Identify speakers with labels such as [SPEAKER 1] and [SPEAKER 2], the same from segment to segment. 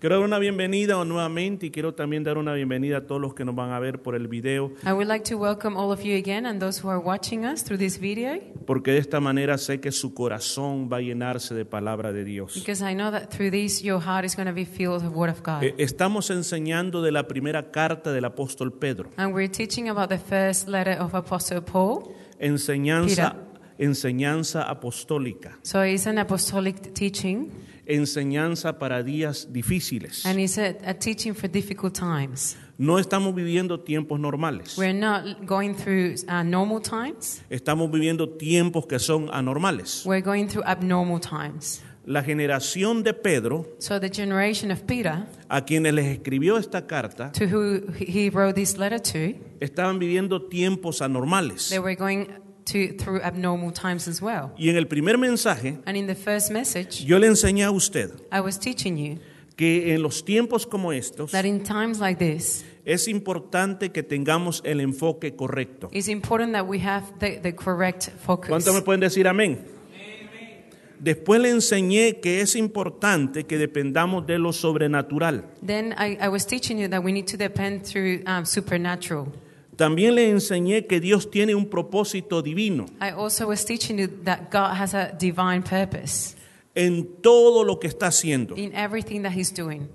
[SPEAKER 1] Quiero dar una bienvenida nuevamente y quiero también dar una bienvenida a todos los que nos van a ver por el video,
[SPEAKER 2] I would like to welcome all of you again and those who are watching us through this video
[SPEAKER 1] porque de esta manera sé que su corazón va a llenarse de palabra de Dios.
[SPEAKER 2] because I know that through this your heart is going to be filled with the Word of God.
[SPEAKER 1] Eh, Estamos enseñando de la primera carta del apóstol Pedro,
[SPEAKER 2] and we're teaching about the first letter of Apostle Paul.
[SPEAKER 1] enseñanza, enseñanza apostólica,
[SPEAKER 2] So it's an apostolic teaching
[SPEAKER 1] enseñanza para días difíciles.
[SPEAKER 2] and it's a, a teaching for difficult times.
[SPEAKER 1] No estamos viviendo tiempos normales,
[SPEAKER 2] We're not going through uh, normal times,
[SPEAKER 1] estamos viviendo tiempos que son anormales.
[SPEAKER 2] we're going through abnormal times.
[SPEAKER 1] La generación de Pedro,
[SPEAKER 2] So the generation of Peter,
[SPEAKER 1] a quienes les escribió esta carta,
[SPEAKER 2] to who he wrote this letter to,
[SPEAKER 1] estaban viviendo tiempos anormales.
[SPEAKER 2] they were going to, through abnormal times as well.
[SPEAKER 1] Y en el primer mensaje,
[SPEAKER 2] And in the first message,
[SPEAKER 1] yo le enseñé a usted
[SPEAKER 2] I was teaching you
[SPEAKER 1] que en los tiempos como estos
[SPEAKER 2] that in times like this,
[SPEAKER 1] es importante que tengamos el enfoque correcto.
[SPEAKER 2] it's important that we have the, the correct focus.
[SPEAKER 1] ¿Cuántos me pueden decir amén? Después le enseñé que es importante que dependamos de lo sobrenatural.
[SPEAKER 2] Then I, I was teaching you that we need to depend through um, supernatural.
[SPEAKER 1] También le enseñé que Dios tiene un propósito divino
[SPEAKER 2] I also was teaching you that God has a divine purpose
[SPEAKER 1] en todo lo que está haciendo.
[SPEAKER 2] in everything that He's doing.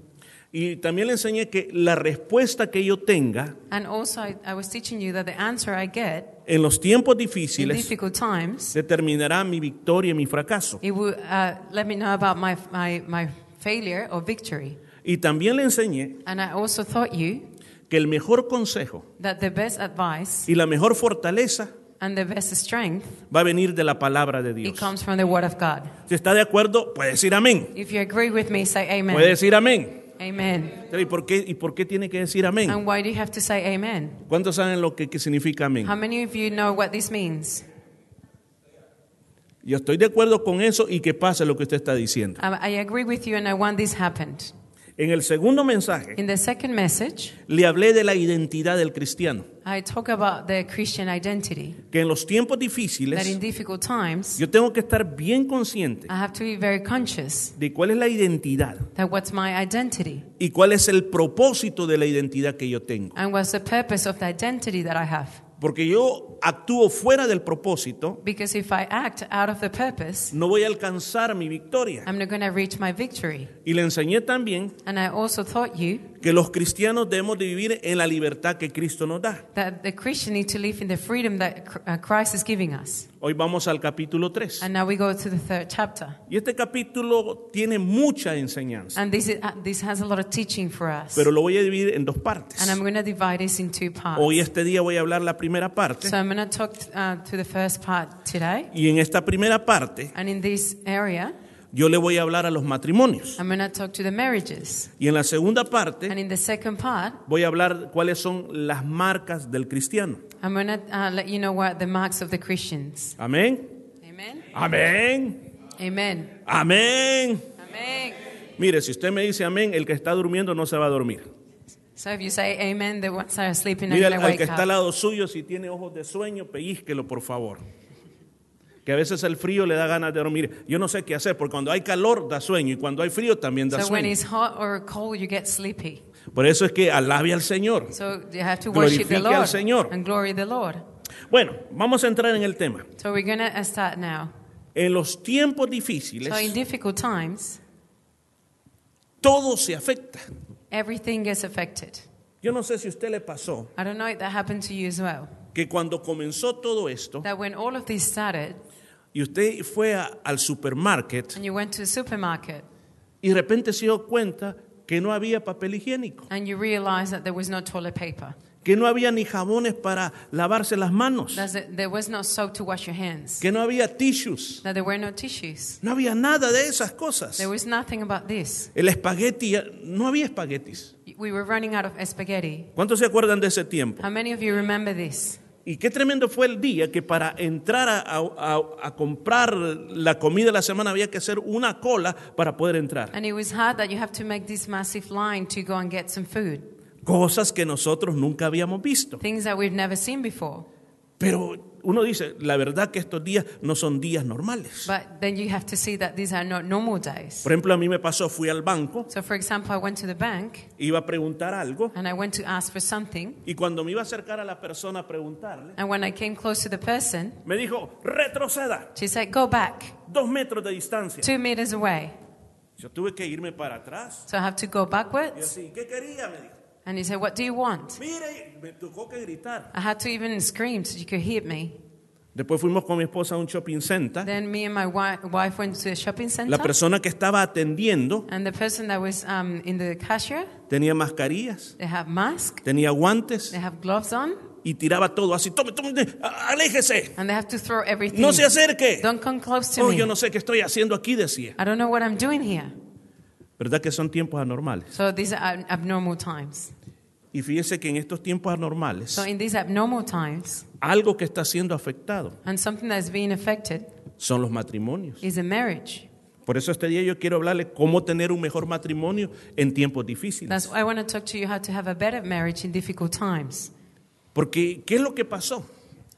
[SPEAKER 1] Y también le enseñé que la respuesta que yo tenga
[SPEAKER 2] And also, I, I was teaching you that the answer I get
[SPEAKER 1] en los tiempos
[SPEAKER 2] in
[SPEAKER 1] difíciles
[SPEAKER 2] difficult times,
[SPEAKER 1] determinará mi victoria y mi fracaso.
[SPEAKER 2] it will uh, let me know about my, my, my failure or victory.
[SPEAKER 1] Y también le enseñé
[SPEAKER 2] And I also taught you
[SPEAKER 1] que el mejor consejo
[SPEAKER 2] that the best advice
[SPEAKER 1] y la mejor fortaleza
[SPEAKER 2] and the best strength,
[SPEAKER 1] va a venir de la palabra de
[SPEAKER 2] it
[SPEAKER 1] Dios.
[SPEAKER 2] comes from the Word of God.
[SPEAKER 1] Si está de acuerdo, puede decir amén.
[SPEAKER 2] If you agree with me, say amen.
[SPEAKER 1] Puede decir amén.
[SPEAKER 2] Amen.
[SPEAKER 1] ¿Y por qué, y por qué tiene que decir amén?
[SPEAKER 2] And why do you have to say amen?
[SPEAKER 1] ¿Cuántos saben lo que, que significa amén?
[SPEAKER 2] How many of you know what this means?
[SPEAKER 1] Yo estoy de acuerdo con eso y que pase lo que usted está diciendo.
[SPEAKER 2] Um, I agree with you and I want this happened.
[SPEAKER 1] En el segundo mensaje,
[SPEAKER 2] In the second message,
[SPEAKER 1] le hablé de la identidad del cristiano,
[SPEAKER 2] I talk about the Christian identity.
[SPEAKER 1] que en los tiempos
[SPEAKER 2] That in
[SPEAKER 1] difíciles
[SPEAKER 2] difficult times,
[SPEAKER 1] yo tengo que estar bien consciente
[SPEAKER 2] I have to be very conscious
[SPEAKER 1] de cuál es la identidad
[SPEAKER 2] that what's my identity
[SPEAKER 1] y cuál es el propósito de la identidad que yo tengo.
[SPEAKER 2] and what's the purpose of the identity that I have.
[SPEAKER 1] Porque yo actúo fuera del propósito,
[SPEAKER 2] Because if I act out of the purpose,
[SPEAKER 1] no voy a alcanzar mi victoria.
[SPEAKER 2] I'm not going to reach my victory.
[SPEAKER 1] Y le enseñé también
[SPEAKER 2] And I also taught you
[SPEAKER 1] que los cristianos debemos de vivir en la libertad que Cristo nos da.
[SPEAKER 2] that the Christian need to live in the freedom that Chr- uh, Christ is giving us.
[SPEAKER 1] Hoy vamos al capítulo 3.
[SPEAKER 2] And now we go to the third chapter.
[SPEAKER 1] Y este capítulo tiene mucha enseñanza,
[SPEAKER 2] And this, is, uh, this has a lot of teaching for us.
[SPEAKER 1] pero lo voy a dividir en dos partes.
[SPEAKER 2] And I'm going to divide this in two parts.
[SPEAKER 1] Hoy este día voy a hablar la primera parte
[SPEAKER 2] So I'm going to talk uh, to the first part today.
[SPEAKER 1] y en esta primera parte
[SPEAKER 2] And in this area,
[SPEAKER 1] yo le voy a hablar a los matrimonios.
[SPEAKER 2] I'm going to talk to the marriages.
[SPEAKER 1] Y en la segunda parte
[SPEAKER 2] And in the second part,
[SPEAKER 1] voy a hablar cuáles son las marcas del cristiano.
[SPEAKER 2] I'm going to uh, let you know what the marks of the Christians.
[SPEAKER 1] Amén.
[SPEAKER 2] Amen.
[SPEAKER 1] Amén.
[SPEAKER 2] Amen.
[SPEAKER 1] Amén.
[SPEAKER 2] Amen.
[SPEAKER 1] Mire, si usted me dice amén, el que está durmiendo no se va a dormir.
[SPEAKER 2] So if you say amen, the ones that are sleeping are
[SPEAKER 1] Mira
[SPEAKER 2] going
[SPEAKER 1] al,
[SPEAKER 2] to
[SPEAKER 1] al
[SPEAKER 2] wake
[SPEAKER 1] que está al
[SPEAKER 2] up.
[SPEAKER 1] lado suyo, si tiene ojos de sueño, pellizquelo, por favor. Que a veces el frío le da ganas de dormir. Yo no sé qué hacer, porque cuando hay calor da sueño y cuando hay frío también da
[SPEAKER 2] So when
[SPEAKER 1] sueño.
[SPEAKER 2] it's hot or cold, you get sleepy.
[SPEAKER 1] Por eso es que alabe al Señor.
[SPEAKER 2] So you have to worship
[SPEAKER 1] Glorifique
[SPEAKER 2] the
[SPEAKER 1] al
[SPEAKER 2] Lord
[SPEAKER 1] Señor.
[SPEAKER 2] and glory the Lord.
[SPEAKER 1] Bueno, vamos a entrar en el tema.
[SPEAKER 2] So we're going to start now.
[SPEAKER 1] En los tiempos difíciles,
[SPEAKER 2] So in difficult times,
[SPEAKER 1] todo se afecta.
[SPEAKER 2] everything gets affected.
[SPEAKER 1] Yo no sé si a usted le pasó
[SPEAKER 2] I don't know if that happened to you as well.
[SPEAKER 1] que cuando comenzó todo esto
[SPEAKER 2] That when all of this started
[SPEAKER 1] y usted fue a- al supermarket
[SPEAKER 2] and you went to the supermarket
[SPEAKER 1] y de repente se dio cuenta que no había papel higiénico,
[SPEAKER 2] and you realized that there was no toilet paper,
[SPEAKER 1] que no había ni jabones para lavarse las manos.
[SPEAKER 2] that there- there was no soap to wash your hands,
[SPEAKER 1] que no había tissues,
[SPEAKER 2] that there were no tissues.
[SPEAKER 1] no había nada de esas cosas.
[SPEAKER 2] There was nothing about this.
[SPEAKER 1] El espagueti, no había espaguetis.
[SPEAKER 2] We were running out of spaghetti.
[SPEAKER 1] ¿Cuántos se acuerdan de ese tiempo?
[SPEAKER 2] How many of you remember this?
[SPEAKER 1] Y qué tremendo fue el día que para entrar a, a- a- a comprar la comida de la semana había que hacer una cola para poder entrar.
[SPEAKER 2] And it was hard that you have to make this massive line to go and get some food,
[SPEAKER 1] Cosas que nosotros nunca habíamos visto.
[SPEAKER 2] things that we've never seen before.
[SPEAKER 1] Pero uno dice, la verdad que estos días no son días normales.
[SPEAKER 2] But then you have to see that these are not normal days.
[SPEAKER 1] Por ejemplo, a mí me pasó, fui al banco,
[SPEAKER 2] So, for example, I went to the bank
[SPEAKER 1] iba a preguntar algo
[SPEAKER 2] and I went to ask for something.
[SPEAKER 1] y cuando me iba a acercar a la persona a preguntarle,
[SPEAKER 2] And when I came close to the person,
[SPEAKER 1] me dijo, retroceda,
[SPEAKER 2] she said, Go back
[SPEAKER 1] dos metros de distancia.
[SPEAKER 2] two meters away.
[SPEAKER 1] Yo tuve que irme para atrás.
[SPEAKER 2] So I have to go
[SPEAKER 1] Y
[SPEAKER 2] backwards.
[SPEAKER 1] así, ¿qué quería? Me dijo,
[SPEAKER 2] And he said, What do you want?
[SPEAKER 1] mire, y me tocó que gritar.
[SPEAKER 2] I had to even scream so you could hear me.
[SPEAKER 1] Después fuimos con mi esposa a un shopping center.
[SPEAKER 2] Then me and my wi- wife went to a shopping
[SPEAKER 1] La
[SPEAKER 2] center.
[SPEAKER 1] persona que estaba atendiendo
[SPEAKER 2] And the person that was um, in the cashier,
[SPEAKER 1] tenía mascarillas,
[SPEAKER 2] they have mask,
[SPEAKER 1] tenía guantes
[SPEAKER 2] they have gloves on,
[SPEAKER 1] y tiraba todo así, tome, tome, a- aléjese,
[SPEAKER 2] and they have to throw everything.
[SPEAKER 1] no se acerque.
[SPEAKER 2] Don't come close to
[SPEAKER 1] Oh,
[SPEAKER 2] me.
[SPEAKER 1] yo no sé qué estoy haciendo aquí, decía.
[SPEAKER 2] I don't know what I'm doing here.
[SPEAKER 1] ¿Verdad que son tiempos anormales?
[SPEAKER 2] So these are ab- abnormal times.
[SPEAKER 1] Y fíjese que en estos tiempos anormales,
[SPEAKER 2] So in these abnormal times,
[SPEAKER 1] algo que está siendo afectado
[SPEAKER 2] and something that's being affected
[SPEAKER 1] son los matrimonios.
[SPEAKER 2] is a marriage.
[SPEAKER 1] Por eso este día yo quiero hablarle cómo tener un mejor matrimonio en tiempos
[SPEAKER 2] That's
[SPEAKER 1] difíciles.
[SPEAKER 2] why I want to talk to you how to have a better marriage in difficult times.
[SPEAKER 1] Porque, ¿qué es lo que pasó?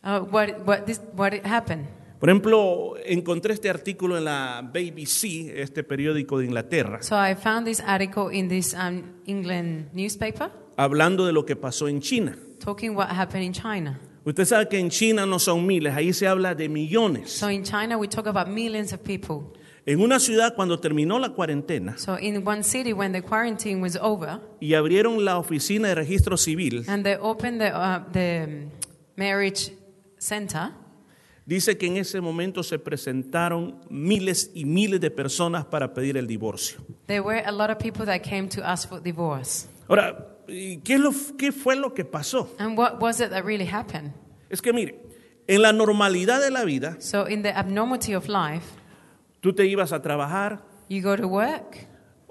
[SPEAKER 2] Uh, what what this what it happened?
[SPEAKER 1] Por ejemplo, encontré este artículo en la BBC, este periódico de Inglaterra,
[SPEAKER 2] So I found this article in this um, England newspaper
[SPEAKER 1] hablando de lo que pasó en China.
[SPEAKER 2] talking what happened in China.
[SPEAKER 1] Usted sabe que en China no son miles, ahí se habla de millones.
[SPEAKER 2] So in China we talk about millions of people.
[SPEAKER 1] En una ciudad cuando terminó la cuarentena
[SPEAKER 2] So in one city when the quarantine was over
[SPEAKER 1] y abrieron la oficina de registro civil,
[SPEAKER 2] and they opened the uh, the um, marriage center,
[SPEAKER 1] dice que en ese momento se presentaron miles y miles de personas para pedir el divorcio.
[SPEAKER 2] there were a lot of people that came to ask for divorce.
[SPEAKER 1] Ahora, ¿y ¿qué, es lo, ¿qué fue lo que pasó?
[SPEAKER 2] And what was it that really happened?
[SPEAKER 1] Es que mire, en la normalidad de la vida,
[SPEAKER 2] So in the abnormality of life,
[SPEAKER 1] tú te ibas a trabajar,
[SPEAKER 2] you go to work,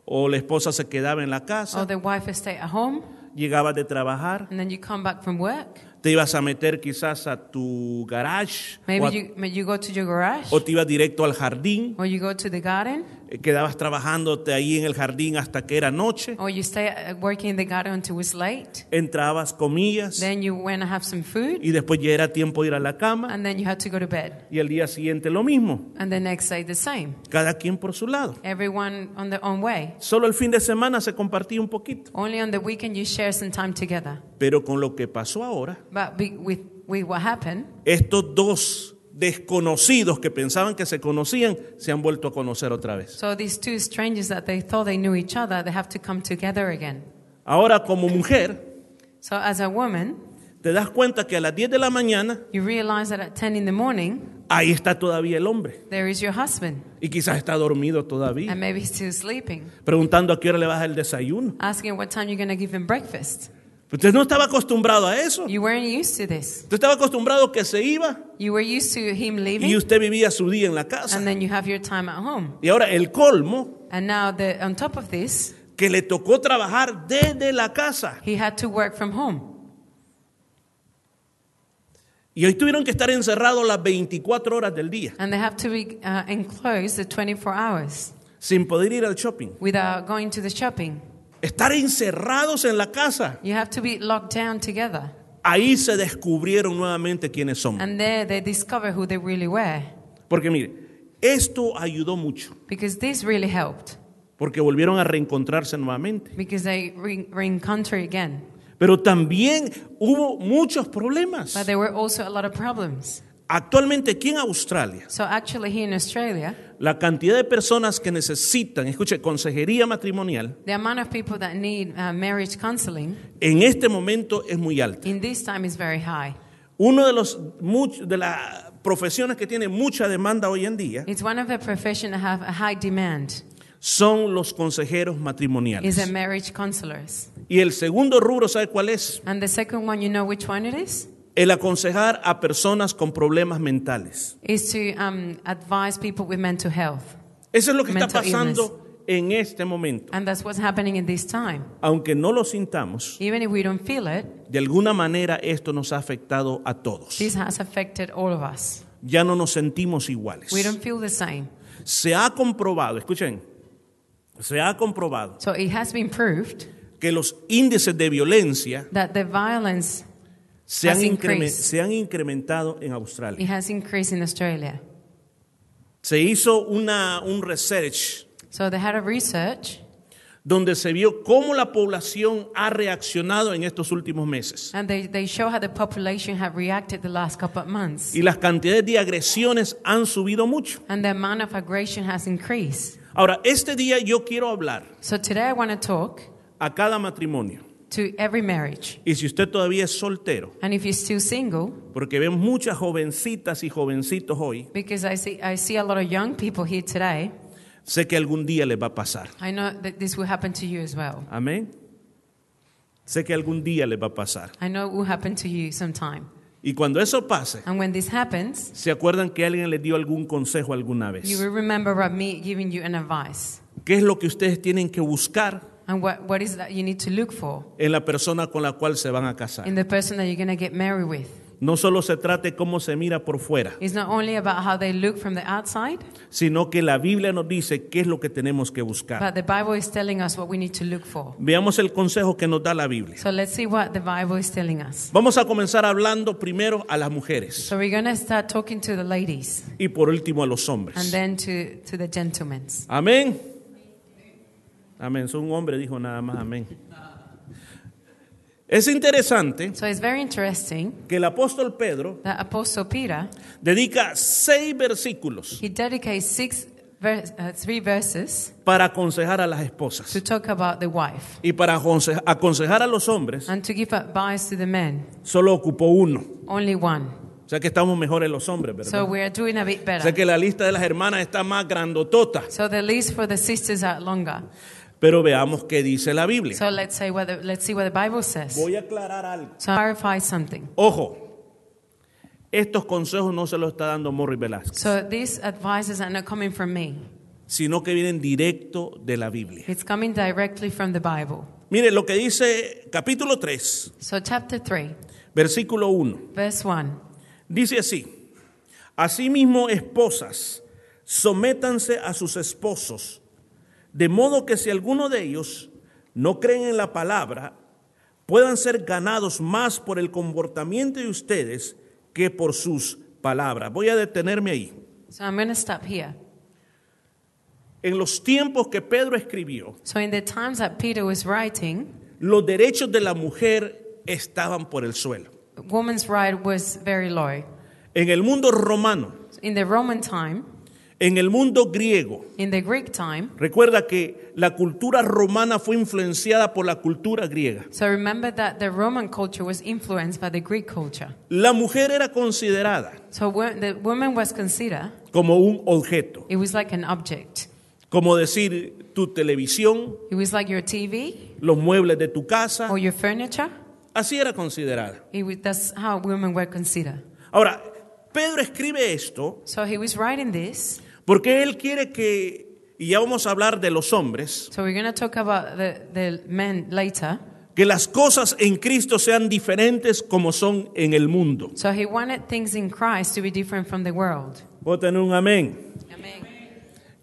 [SPEAKER 1] o la esposa se quedaba en la
[SPEAKER 2] or
[SPEAKER 1] casa,
[SPEAKER 2] the wife is stay at home,
[SPEAKER 1] llegabas de trabajar,
[SPEAKER 2] and then you come back from work.
[SPEAKER 1] te ibas a meter quizás a tu garage o,
[SPEAKER 2] Maybe
[SPEAKER 1] a-
[SPEAKER 2] you, maybe you go to your garage,
[SPEAKER 1] o te ibas directo al jardín,
[SPEAKER 2] or you go to the garden,
[SPEAKER 1] eh, quedabas trabajándote ahí en el jardín hasta que era noche,
[SPEAKER 2] or you stay uh, working in the garden until it's late.
[SPEAKER 1] entrabas, comías
[SPEAKER 2] Then you went and have some food,
[SPEAKER 1] y después ya era tiempo de ir a la cama
[SPEAKER 2] and then you had to go to bed.
[SPEAKER 1] y al día siguiente lo mismo,
[SPEAKER 2] And the next day the same.
[SPEAKER 1] cada quien por su lado.
[SPEAKER 2] Everyone on their own way.
[SPEAKER 1] Solo el fin de semana se compartía un poquito,
[SPEAKER 2] Only on the weekend you share some time together.
[SPEAKER 1] pero con lo que pasó ahora,
[SPEAKER 2] But be, with, with what happened,
[SPEAKER 1] estos dos desconocidos que pensaban que se conocían se han vuelto a conocer otra vez.
[SPEAKER 2] so these two strangers that they thought they knew each other, they have to come together again.
[SPEAKER 1] Ahora como mujer,
[SPEAKER 2] So as a woman,
[SPEAKER 1] te das cuenta que a las 10 de la mañana
[SPEAKER 2] you realize that at 10 in the morning,
[SPEAKER 1] ahí está todavía el hombre
[SPEAKER 2] there is your husband,
[SPEAKER 1] y quizás está dormido todavía,
[SPEAKER 2] and maybe he's still sleeping,
[SPEAKER 1] preguntando a qué hora le vas el desayuno.
[SPEAKER 2] asking what time you're going to give him breakfast.
[SPEAKER 1] Usted no estaba acostumbrado a eso.
[SPEAKER 2] You weren't used to this.
[SPEAKER 1] Usted estaba acostumbrado que se iba
[SPEAKER 2] You were used to him
[SPEAKER 1] y
[SPEAKER 2] leaving,
[SPEAKER 1] usted vivía su día en la
[SPEAKER 2] and
[SPEAKER 1] casa.
[SPEAKER 2] then you have your time at home.
[SPEAKER 1] Y ahora el colmo
[SPEAKER 2] And now, the, on top of this,
[SPEAKER 1] que le tocó trabajar desde la casa
[SPEAKER 2] he had to work from home.
[SPEAKER 1] y hoy tuvieron que estar encerrados las 24 horas del día
[SPEAKER 2] And they have to be uh, enclosed the 24 hours
[SPEAKER 1] sin poder ir al shopping.
[SPEAKER 2] without going to the shopping.
[SPEAKER 1] Estar encerrados en la casa.
[SPEAKER 2] You have to be locked down together.
[SPEAKER 1] Ahí se descubrieron nuevamente quiénes son.
[SPEAKER 2] And there they discover who they really were.
[SPEAKER 1] Porque mire, esto ayudó mucho.
[SPEAKER 2] Because this really helped.
[SPEAKER 1] porque volvieron a reencontrarse nuevamente.
[SPEAKER 2] Because they re- reencounter again.
[SPEAKER 1] Pero también hubo muchos problemas.
[SPEAKER 2] But there were also a lot of problems.
[SPEAKER 1] Actualmente aquí en Australia,
[SPEAKER 2] So actually here in Australia,
[SPEAKER 1] la cantidad de personas que necesitan, escuche, consejería matrimonial,
[SPEAKER 2] the amount of people that need uh, marriage counseling
[SPEAKER 1] en este momento es muy alta.
[SPEAKER 2] in this time is very high.
[SPEAKER 1] Uno de los much- de las profesiones que tiene mucha demanda hoy en día
[SPEAKER 2] It's one of the profession that have a high demand
[SPEAKER 1] son los consejeros
[SPEAKER 2] is a
[SPEAKER 1] matrimoniales.
[SPEAKER 2] marriage counselors.
[SPEAKER 1] Y el segundo rubro, ¿sabe cuál es?
[SPEAKER 2] And the second one, you know which one it is?
[SPEAKER 1] El aconsejar a personas con problemas mentales.
[SPEAKER 2] Is to um, advise people with mental health.
[SPEAKER 1] Eso es lo que está
[SPEAKER 2] Mental
[SPEAKER 1] pasando en este momento.
[SPEAKER 2] And that's what's happening in this time.
[SPEAKER 1] Aunque no lo sintamos,
[SPEAKER 2] Even if we don't feel it,
[SPEAKER 1] De alguna manera esto nos ha afectado a todos.
[SPEAKER 2] this has affected all of us.
[SPEAKER 1] Ya no nos sentimos iguales.
[SPEAKER 2] We don't feel the same.
[SPEAKER 1] Se ha comprobado, escuchen, se ha comprobado
[SPEAKER 2] So it has been proved
[SPEAKER 1] que los índices de violencia
[SPEAKER 2] that the violence
[SPEAKER 1] se han,
[SPEAKER 2] Has
[SPEAKER 1] incremen-
[SPEAKER 2] increased.
[SPEAKER 1] se han incrementado en Australia.
[SPEAKER 2] It has increased in Australia.
[SPEAKER 1] Se hizo una, un research
[SPEAKER 2] So they had a research
[SPEAKER 1] donde se vio cómo la población ha reaccionado en estos últimos meses.
[SPEAKER 2] and they, they show how the population have reacted the last couple of months.
[SPEAKER 1] Y las cantidades de agresiones han subido mucho.
[SPEAKER 2] And the amount of aggression has increased.
[SPEAKER 1] Ahora, este día yo quiero hablar
[SPEAKER 2] So today I want to talk
[SPEAKER 1] a cada matrimonio.
[SPEAKER 2] to every marriage.
[SPEAKER 1] Y si usted todavía es soltero,
[SPEAKER 2] And if you're still single,
[SPEAKER 1] porque ven muchas jovencitas y jovencitos hoy,
[SPEAKER 2] because I see, I see a lot of young people here today,
[SPEAKER 1] sé que algún día les va a pasar.
[SPEAKER 2] I know that this will happen to you as well.
[SPEAKER 1] Amén. Sé que algún día les va a pasar.
[SPEAKER 2] I know it will happen to you sometime.
[SPEAKER 1] Y cuando eso pase,
[SPEAKER 2] And when this happens,
[SPEAKER 1] se acuerdan que alguien les dio algún consejo alguna
[SPEAKER 2] you
[SPEAKER 1] vez.
[SPEAKER 2] will remember about me giving you an advice
[SPEAKER 1] ¿Qué es lo que ustedes tienen que buscar
[SPEAKER 2] and what, what is that you need to look for
[SPEAKER 1] en la persona con la cual se van a
[SPEAKER 2] in
[SPEAKER 1] casar?
[SPEAKER 2] the person that you're going to get married with.
[SPEAKER 1] No solo se trate cómo se mira por fuera,
[SPEAKER 2] It's not only about how they look from the outside,
[SPEAKER 1] sino que la Biblia nos dice qué es lo que tenemos que buscar.
[SPEAKER 2] but the Bible is telling us what we need to look for.
[SPEAKER 1] Veamos el consejo que nos da la Biblia.
[SPEAKER 2] So let's see what the Bible is telling us.
[SPEAKER 1] Vamos a comenzar hablando primero a las mujeres
[SPEAKER 2] So we're going to start talking to the ladies
[SPEAKER 1] y por último a los
[SPEAKER 2] and
[SPEAKER 1] hombres.
[SPEAKER 2] then to, to the gentlemen.
[SPEAKER 1] Amén. Amén. Soy un hombre, dijo nada más. Amén. Es interesante
[SPEAKER 2] So it's very interesting
[SPEAKER 1] que el apóstol Pedro
[SPEAKER 2] that Apostle Peter,
[SPEAKER 1] dedica seis versículos
[SPEAKER 2] he dedicates six vers- uh, three verses
[SPEAKER 1] para aconsejar a las
[SPEAKER 2] to
[SPEAKER 1] esposas
[SPEAKER 2] talk about the wife
[SPEAKER 1] y para aconse- aconsejar a los hombres
[SPEAKER 2] and to give advice to the men.
[SPEAKER 1] solo ocupó uno.
[SPEAKER 2] Only one.
[SPEAKER 1] O sea que estamos mejores los hombres, ¿verdad?
[SPEAKER 2] So we're doing a bit
[SPEAKER 1] O sea
[SPEAKER 2] better.
[SPEAKER 1] que la lista de las hermanas está más grandotota.
[SPEAKER 2] So the list for the sisters are longer.
[SPEAKER 1] Pero veamos qué dice la Biblia.
[SPEAKER 2] So let's say whether let's see what the Bible says.
[SPEAKER 1] Voy a aclarar algo.
[SPEAKER 2] So clarify something.
[SPEAKER 1] Ojo, estos consejos no se los está dando Morris Velázquez,
[SPEAKER 2] So these advices are not coming from me.
[SPEAKER 1] sino que vienen directo de la Biblia.
[SPEAKER 2] It's coming directly from the Bible.
[SPEAKER 1] Mire lo que dice capítulo 3,
[SPEAKER 2] So chapter 3,
[SPEAKER 1] versículo 1.
[SPEAKER 2] verse 1.
[SPEAKER 1] Dice así, asimismo esposas, sométanse a sus esposos, de modo que si alguno de ellos no creen en la palabra, puedan ser ganados más por el comportamiento de ustedes que por sus palabras. Voy a detenerme ahí.
[SPEAKER 2] So I'm going to stop here.
[SPEAKER 1] En los tiempos que Pedro escribió,
[SPEAKER 2] So in the times that Peter was writing,
[SPEAKER 1] los derechos de la mujer estaban por el suelo.
[SPEAKER 2] woman's right was very low.
[SPEAKER 1] En el mundo romano,
[SPEAKER 2] In the Roman time,
[SPEAKER 1] en el mundo griego,
[SPEAKER 2] in the Greek time,
[SPEAKER 1] Recuerda que la cultura romana fue influenciada por la cultura griega.
[SPEAKER 2] so remember that the Roman culture was influenced by the Greek culture.
[SPEAKER 1] La mujer era considerada
[SPEAKER 2] So wo- the woman was considered,
[SPEAKER 1] como un objeto,
[SPEAKER 2] it was like an object.
[SPEAKER 1] como decir tu televisión,
[SPEAKER 2] It was like your TV
[SPEAKER 1] los muebles de tu casa,
[SPEAKER 2] or your furniture.
[SPEAKER 1] así era considerada.
[SPEAKER 2] It was, that's how women were considered.
[SPEAKER 1] Ahora, Pedro escribe esto
[SPEAKER 2] So he was writing this.
[SPEAKER 1] porque él quiere que, y ya vamos a hablar de los hombres,
[SPEAKER 2] So we're going to talk about the, the men later.
[SPEAKER 1] que las cosas en Cristo sean diferentes como son en el mundo.
[SPEAKER 2] So he wanted things in Christ to be different from the world.
[SPEAKER 1] ¿Puedo tener un amén?
[SPEAKER 2] Amen.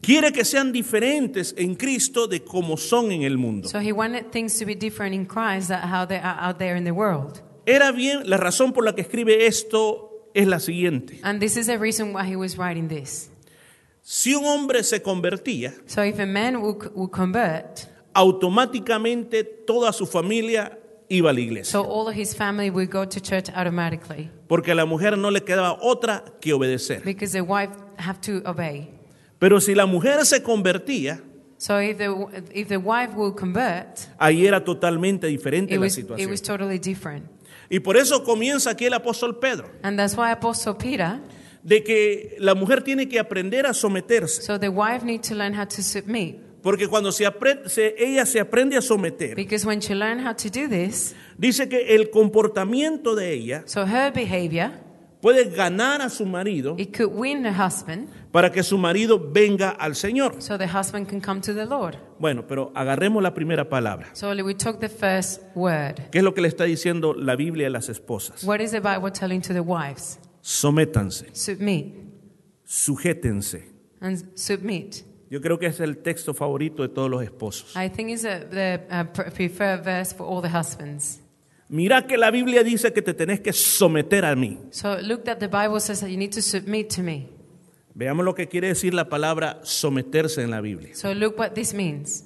[SPEAKER 1] Quiere que sean diferentes en Cristo de como son en el mundo.
[SPEAKER 2] So he wanted things to be different in Christ that how they are out there in the world.
[SPEAKER 1] Era bien, la razón por la que escribe esto es la siguiente.
[SPEAKER 2] And this is the reason why he was writing this.
[SPEAKER 1] Si un hombre se convertía,
[SPEAKER 2] So if a man would, would convert,
[SPEAKER 1] automáticamente toda su familia iba a la iglesia,
[SPEAKER 2] so all of his family would go to church automatically
[SPEAKER 1] porque a la mujer no le quedaba otra que obedecer.
[SPEAKER 2] because the wife have to obey.
[SPEAKER 1] Pero si la mujer se convertía,
[SPEAKER 2] So if the, if the wife will convert,
[SPEAKER 1] ahí era totalmente diferente
[SPEAKER 2] it
[SPEAKER 1] la
[SPEAKER 2] was, it
[SPEAKER 1] situación.
[SPEAKER 2] was totally different.
[SPEAKER 1] Y por eso comienza aquí el apóstol Pedro,
[SPEAKER 2] And that's why Apostle Peter,
[SPEAKER 1] de que la mujer tiene que aprender a someterse,
[SPEAKER 2] so the wife need to learn how to submit.
[SPEAKER 1] porque cuando se apre- se- ella se aprende a someter,
[SPEAKER 2] Because when she learned how to do this,
[SPEAKER 1] dice que el comportamiento de ella
[SPEAKER 2] so her behavior,
[SPEAKER 1] puede ganar a su marido
[SPEAKER 2] it could win her husband,
[SPEAKER 1] para que su marido venga al Señor.
[SPEAKER 2] so the husband can come to the Lord.
[SPEAKER 1] Bueno, pero agarremos la primera palabra.
[SPEAKER 2] So we took the first word.
[SPEAKER 1] ¿Qué es lo que le está diciendo la Biblia a las esposas?
[SPEAKER 2] What is the Bible telling to the wives?
[SPEAKER 1] Sométanse,
[SPEAKER 2] Submit
[SPEAKER 1] sujétense.
[SPEAKER 2] and submit.
[SPEAKER 1] Yo creo que es el texto favorito de todos los esposos.
[SPEAKER 2] I think is a, the uh, pre- preferred verse for all the husbands.
[SPEAKER 1] Mira que la Biblia dice que te tenés que someter a mí.
[SPEAKER 2] So look that the Bible says that you need to submit to me.
[SPEAKER 1] Veamos lo que quiere decir la palabra someterse en la Biblia.
[SPEAKER 2] So look what this means.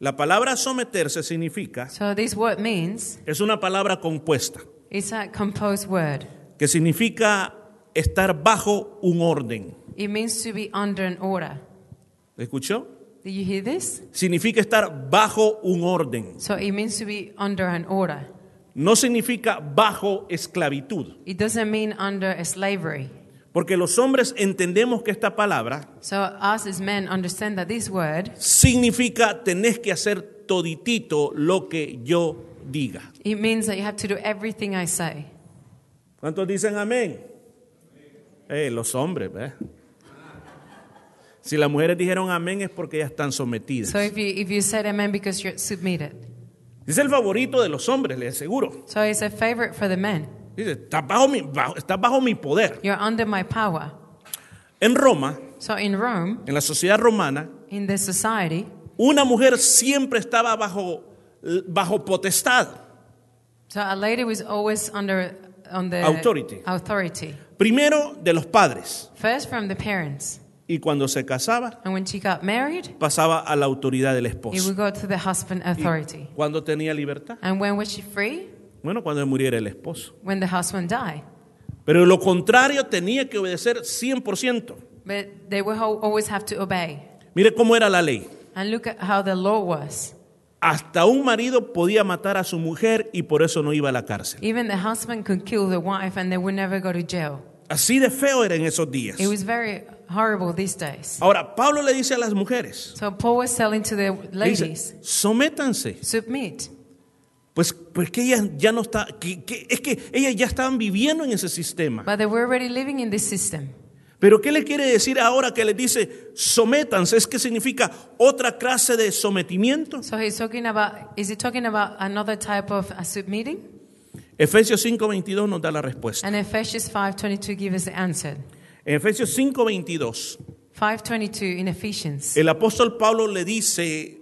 [SPEAKER 1] La palabra someterse significa,
[SPEAKER 2] So this word means
[SPEAKER 1] es una palabra compuesta,
[SPEAKER 2] it's a composed word.
[SPEAKER 1] que significa estar bajo un orden.
[SPEAKER 2] It means to be under an order.
[SPEAKER 1] ¿Escuchó?
[SPEAKER 2] Did you hear this?
[SPEAKER 1] Significa estar bajo un orden.
[SPEAKER 2] So it means to be under an order.
[SPEAKER 1] No significa bajo esclavitud.
[SPEAKER 2] It doesn't mean under a slavery.
[SPEAKER 1] Porque los hombres entendemos que esta palabra
[SPEAKER 2] So us as men understand that this word
[SPEAKER 1] significa tenés que hacer toditito lo que yo diga.
[SPEAKER 2] it means that you have to do everything I say.
[SPEAKER 1] ¿Cuántos dicen amén? Eh, los hombres, ¿ves? Si las mujeres dijeron amén es porque ellas están sometidas.
[SPEAKER 2] So if you if you said amen because you're submitted.
[SPEAKER 1] Es el favorito de los hombres, les aseguro.
[SPEAKER 2] So it's a favorite for the men.
[SPEAKER 1] Dice, estás bajo mi, bajo- estás bajo mi poder.
[SPEAKER 2] You're under my power.
[SPEAKER 1] En Roma,
[SPEAKER 2] So in Rome,
[SPEAKER 1] en la sociedad romana,
[SPEAKER 2] in the society,
[SPEAKER 1] una mujer siempre estaba bajo, eh, bajo potestad.
[SPEAKER 2] so a lady was always under on the
[SPEAKER 1] Authority.
[SPEAKER 2] authority.
[SPEAKER 1] Primero de los padres.
[SPEAKER 2] First from the parents.
[SPEAKER 1] Y cuando se casaba,
[SPEAKER 2] And when she got married,
[SPEAKER 1] pasaba a la autoridad del
[SPEAKER 2] it
[SPEAKER 1] esposo.
[SPEAKER 2] would go to the husband authority.
[SPEAKER 1] Cuando tenía libertad.
[SPEAKER 2] And when was she free?
[SPEAKER 1] Bueno, cuando muriera el esposo.
[SPEAKER 2] When the husband died.
[SPEAKER 1] Pero lo contrario tenía que obedecer 100%.
[SPEAKER 2] But they will ho- always have to obey.
[SPEAKER 1] Mire cómo era la ley.
[SPEAKER 2] And look at how the law was.
[SPEAKER 1] Hasta un marido podía matar a su mujer y por eso no iba a la cárcel.
[SPEAKER 2] Even the husband could kill the wife and they would never go to jail.
[SPEAKER 1] Así de feo era en esos días.
[SPEAKER 2] It was very horrible these days.
[SPEAKER 1] Ahora, Pablo le dice a las mujeres,
[SPEAKER 2] So Paul was telling to the
[SPEAKER 1] le dice,
[SPEAKER 2] ladies,
[SPEAKER 1] sométanse.
[SPEAKER 2] submit.
[SPEAKER 1] Pues, pues que ellas ya no está, que- que- es que ellas ya estaban viviendo en ese sistema.
[SPEAKER 2] But they were already living in this system.
[SPEAKER 1] Pero ¿qué le quiere decir ahora que le dice sométanse? ¿Es que significa otra clase de sometimiento?
[SPEAKER 2] So he's talking about, is he talking about another type of a submitting?
[SPEAKER 1] Efesios 5.22 nos da la respuesta.
[SPEAKER 2] And Ephesians 5.22 gives us the answer.
[SPEAKER 1] En Efesios 5.22,
[SPEAKER 2] 5.22 in Ephesians.
[SPEAKER 1] el apóstol Pablo le dice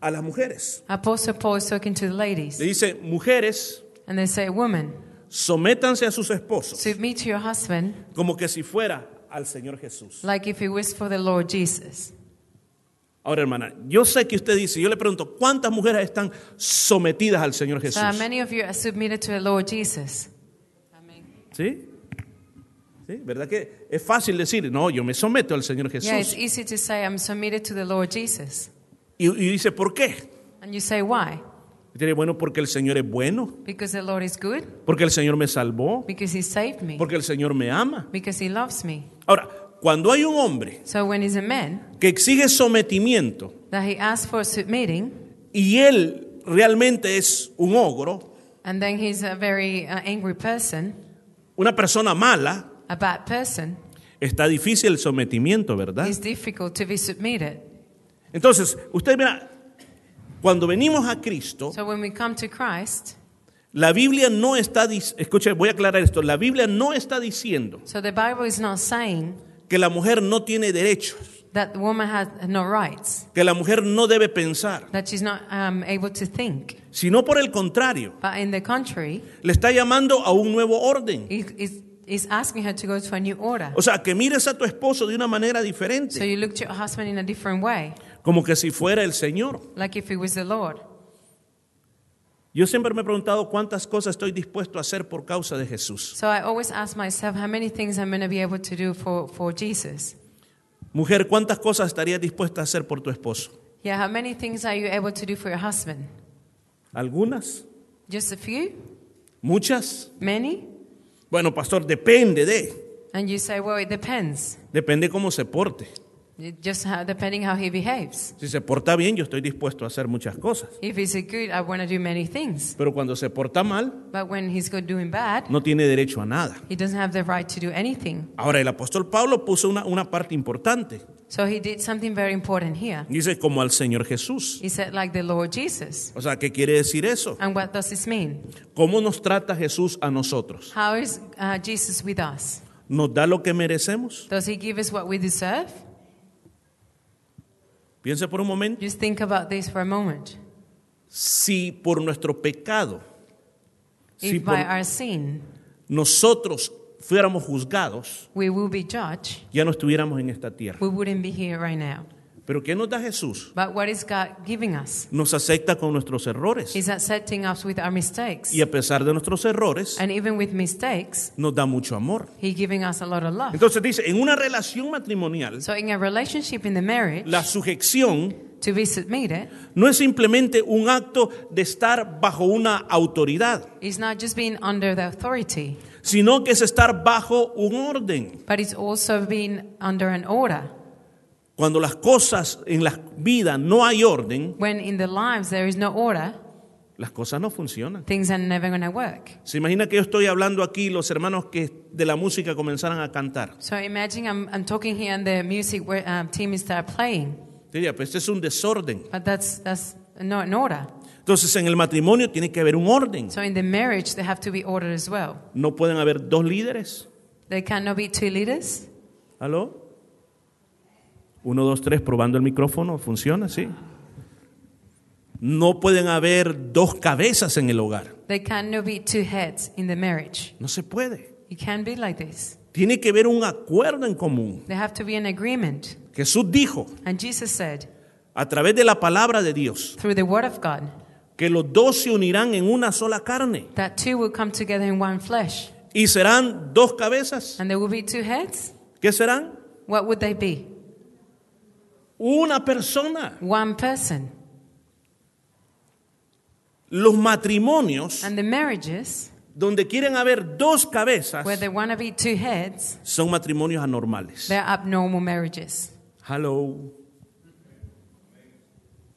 [SPEAKER 1] a las mujeres,
[SPEAKER 2] Apostle Paul is talking to the ladies.
[SPEAKER 1] le dice, mujeres,
[SPEAKER 2] And they say, woman,
[SPEAKER 1] sométanse a sus esposos,
[SPEAKER 2] submit to your husband
[SPEAKER 1] como que si fuera al Señor Jesús.
[SPEAKER 2] like if it was for the Lord Jesus.
[SPEAKER 1] Ahora, hermana, yo sé que usted dice, yo le pregunto, ¿cuántas mujeres están sometidas al Señor Jesús?
[SPEAKER 2] So many of you are submitted to the Lord Jesus.
[SPEAKER 1] ¿Sí? ¿Sí? ¿Verdad que es fácil decir, no, yo me someto al Señor Jesús?
[SPEAKER 2] Yeah, it's easy to say, I'm submitted to the Lord Jesus.
[SPEAKER 1] Y, y dice, ¿por qué?
[SPEAKER 2] And you say, why?
[SPEAKER 1] Y dice, bueno, porque el Señor es bueno,
[SPEAKER 2] Because the Lord is good?
[SPEAKER 1] porque el Señor me salvó,
[SPEAKER 2] Because he saved me?
[SPEAKER 1] porque el Señor me ama.
[SPEAKER 2] Because he loves me?
[SPEAKER 1] Ahora, cuando hay un hombre
[SPEAKER 2] So when he's a man,
[SPEAKER 1] que exige sometimiento
[SPEAKER 2] that he asks for submitting,
[SPEAKER 1] y él realmente es un ogro,
[SPEAKER 2] and then he's a very uh, angry person,
[SPEAKER 1] una persona mala,
[SPEAKER 2] a bad person,
[SPEAKER 1] está difícil el sometimiento, ¿verdad?
[SPEAKER 2] it's difficult to be submitted.
[SPEAKER 1] Entonces, usted mira, cuando venimos a Cristo,
[SPEAKER 2] So when we come to Christ,
[SPEAKER 1] la Biblia no está, dic- escuche, voy a aclarar esto, la Biblia no está diciendo
[SPEAKER 2] so the Bible is not saying
[SPEAKER 1] que la mujer no tiene derechos,
[SPEAKER 2] that the woman has no rights,
[SPEAKER 1] que la mujer no debe pensar,
[SPEAKER 2] that she's not um, able to think.
[SPEAKER 1] sino por el contrario,
[SPEAKER 2] But in the contrary,
[SPEAKER 1] le está llamando a un nuevo orden.
[SPEAKER 2] it- it's, it's asking her to go to a new order.
[SPEAKER 1] O sea, que mires a tu esposo de una manera
[SPEAKER 2] So
[SPEAKER 1] diferente,
[SPEAKER 2] you look to your husband in a different way,
[SPEAKER 1] como que si fuera el Señor.
[SPEAKER 2] like if he was the Lord.
[SPEAKER 1] Yo siempre me he preguntado cuántas cosas estoy dispuesto a hacer por causa de Jesús.
[SPEAKER 2] So I always ask myself how many things I'm going to be able to do for, for Jesus.
[SPEAKER 1] Mujer, ¿cuántas cosas estarías dispuesta a hacer por tu esposo?
[SPEAKER 2] Yeah, how many things are you able to do for your husband?
[SPEAKER 1] ¿Algunas?
[SPEAKER 2] Just a few?
[SPEAKER 1] ¿Muchas?
[SPEAKER 2] Many?
[SPEAKER 1] Bueno, pastor, depende de.
[SPEAKER 2] And you say, well, it depends.
[SPEAKER 1] Depende cómo se porte.
[SPEAKER 2] It just how, depending how he behaves.
[SPEAKER 1] Si se porta bien, yo estoy dispuesto a hacer muchas cosas.
[SPEAKER 2] If he's a good, I want to do many things.
[SPEAKER 1] Pero cuando se porta mal,
[SPEAKER 2] But when he's good doing bad,
[SPEAKER 1] no tiene derecho a nada.
[SPEAKER 2] he doesn't have the right to do anything.
[SPEAKER 1] Ahora, el apóstol Pablo puso una, una parte importante.
[SPEAKER 2] So he did something very important here.
[SPEAKER 1] Dice, como al Señor Jesús.
[SPEAKER 2] He said, like the Lord Jesus.
[SPEAKER 1] O sea, ¿qué quiere decir eso?
[SPEAKER 2] And what does this mean?
[SPEAKER 1] ¿Cómo nos trata Jesús a nosotros?
[SPEAKER 2] How is uh, Jesus with us?
[SPEAKER 1] ¿Nos da lo que merecemos?
[SPEAKER 2] Does he give us what we deserve?
[SPEAKER 1] Piense por un momento.
[SPEAKER 2] Just think about this for a moment.
[SPEAKER 1] Si por nuestro pecado Si
[SPEAKER 2] If
[SPEAKER 1] por
[SPEAKER 2] by our sin
[SPEAKER 1] nosotros fuéramos juzgados,
[SPEAKER 2] we will be judged,
[SPEAKER 1] ya no estuviéramos en esta tierra.
[SPEAKER 2] we wouldn't be here right now.
[SPEAKER 1] Pero ¿qué nos da Jesús?
[SPEAKER 2] But what is God giving us?
[SPEAKER 1] Nos acepta con nuestros errores.
[SPEAKER 2] Is accepting us with our mistakes.
[SPEAKER 1] Y a pesar de nuestros errores,
[SPEAKER 2] And even with mistakes,
[SPEAKER 1] nos da mucho amor.
[SPEAKER 2] He giving us a lot of love.
[SPEAKER 1] Entonces dice, en una relación matrimonial,
[SPEAKER 2] So in a relationship in the marriage,
[SPEAKER 1] la sujeción
[SPEAKER 2] to be submitted
[SPEAKER 1] no es simplemente un acto de estar bajo una autoridad,
[SPEAKER 2] is not just being under the authority,
[SPEAKER 1] sino que es estar bajo un orden.
[SPEAKER 2] but it's also being under an order.
[SPEAKER 1] Cuando las cosas en la vida no hay orden,
[SPEAKER 2] When in the lives there is no order,
[SPEAKER 1] las cosas no funcionan.
[SPEAKER 2] things are never going to work.
[SPEAKER 1] Se imagina que yo estoy hablando aquí y los hermanos que de la música comenzaran a cantar.
[SPEAKER 2] So imagine I'm, I'm talking here and the music where, um, team start playing,
[SPEAKER 1] Yo diría, pues este es un desorden.
[SPEAKER 2] but that's that's not an order.
[SPEAKER 1] Entonces en el matrimonio tiene que haber un orden.
[SPEAKER 2] So in the marriage they have to be ordered as well.
[SPEAKER 1] No pueden haber dos líderes.
[SPEAKER 2] There cannot be two leaders.
[SPEAKER 1] ¿Aló? Uno, dos, tres, probando el micrófono. ¿Funciona? Sí. No pueden haber dos cabezas en el hogar.
[SPEAKER 2] There cannot be two heads in the marriage.
[SPEAKER 1] No se puede.
[SPEAKER 2] It can't be like this.
[SPEAKER 1] Tiene que haber un acuerdo en común.
[SPEAKER 2] There have to be an agreement.
[SPEAKER 1] Jesús dijo
[SPEAKER 2] And Jesus said
[SPEAKER 1] a través de la palabra de Dios
[SPEAKER 2] through the word of God
[SPEAKER 1] que los dos se unirán en una sola carne
[SPEAKER 2] that two will come together in one flesh,
[SPEAKER 1] y serán dos cabezas.
[SPEAKER 2] and there will be two heads.
[SPEAKER 1] ¿Qué serán?
[SPEAKER 2] What would they be?
[SPEAKER 1] Una persona.
[SPEAKER 2] One person.
[SPEAKER 1] Los matrimonios
[SPEAKER 2] And the marriages
[SPEAKER 1] donde quieren haber dos cabezas
[SPEAKER 2] where there want to be two heads,
[SPEAKER 1] son matrimonios anormales.
[SPEAKER 2] they're abnormal marriages.
[SPEAKER 1] Hello.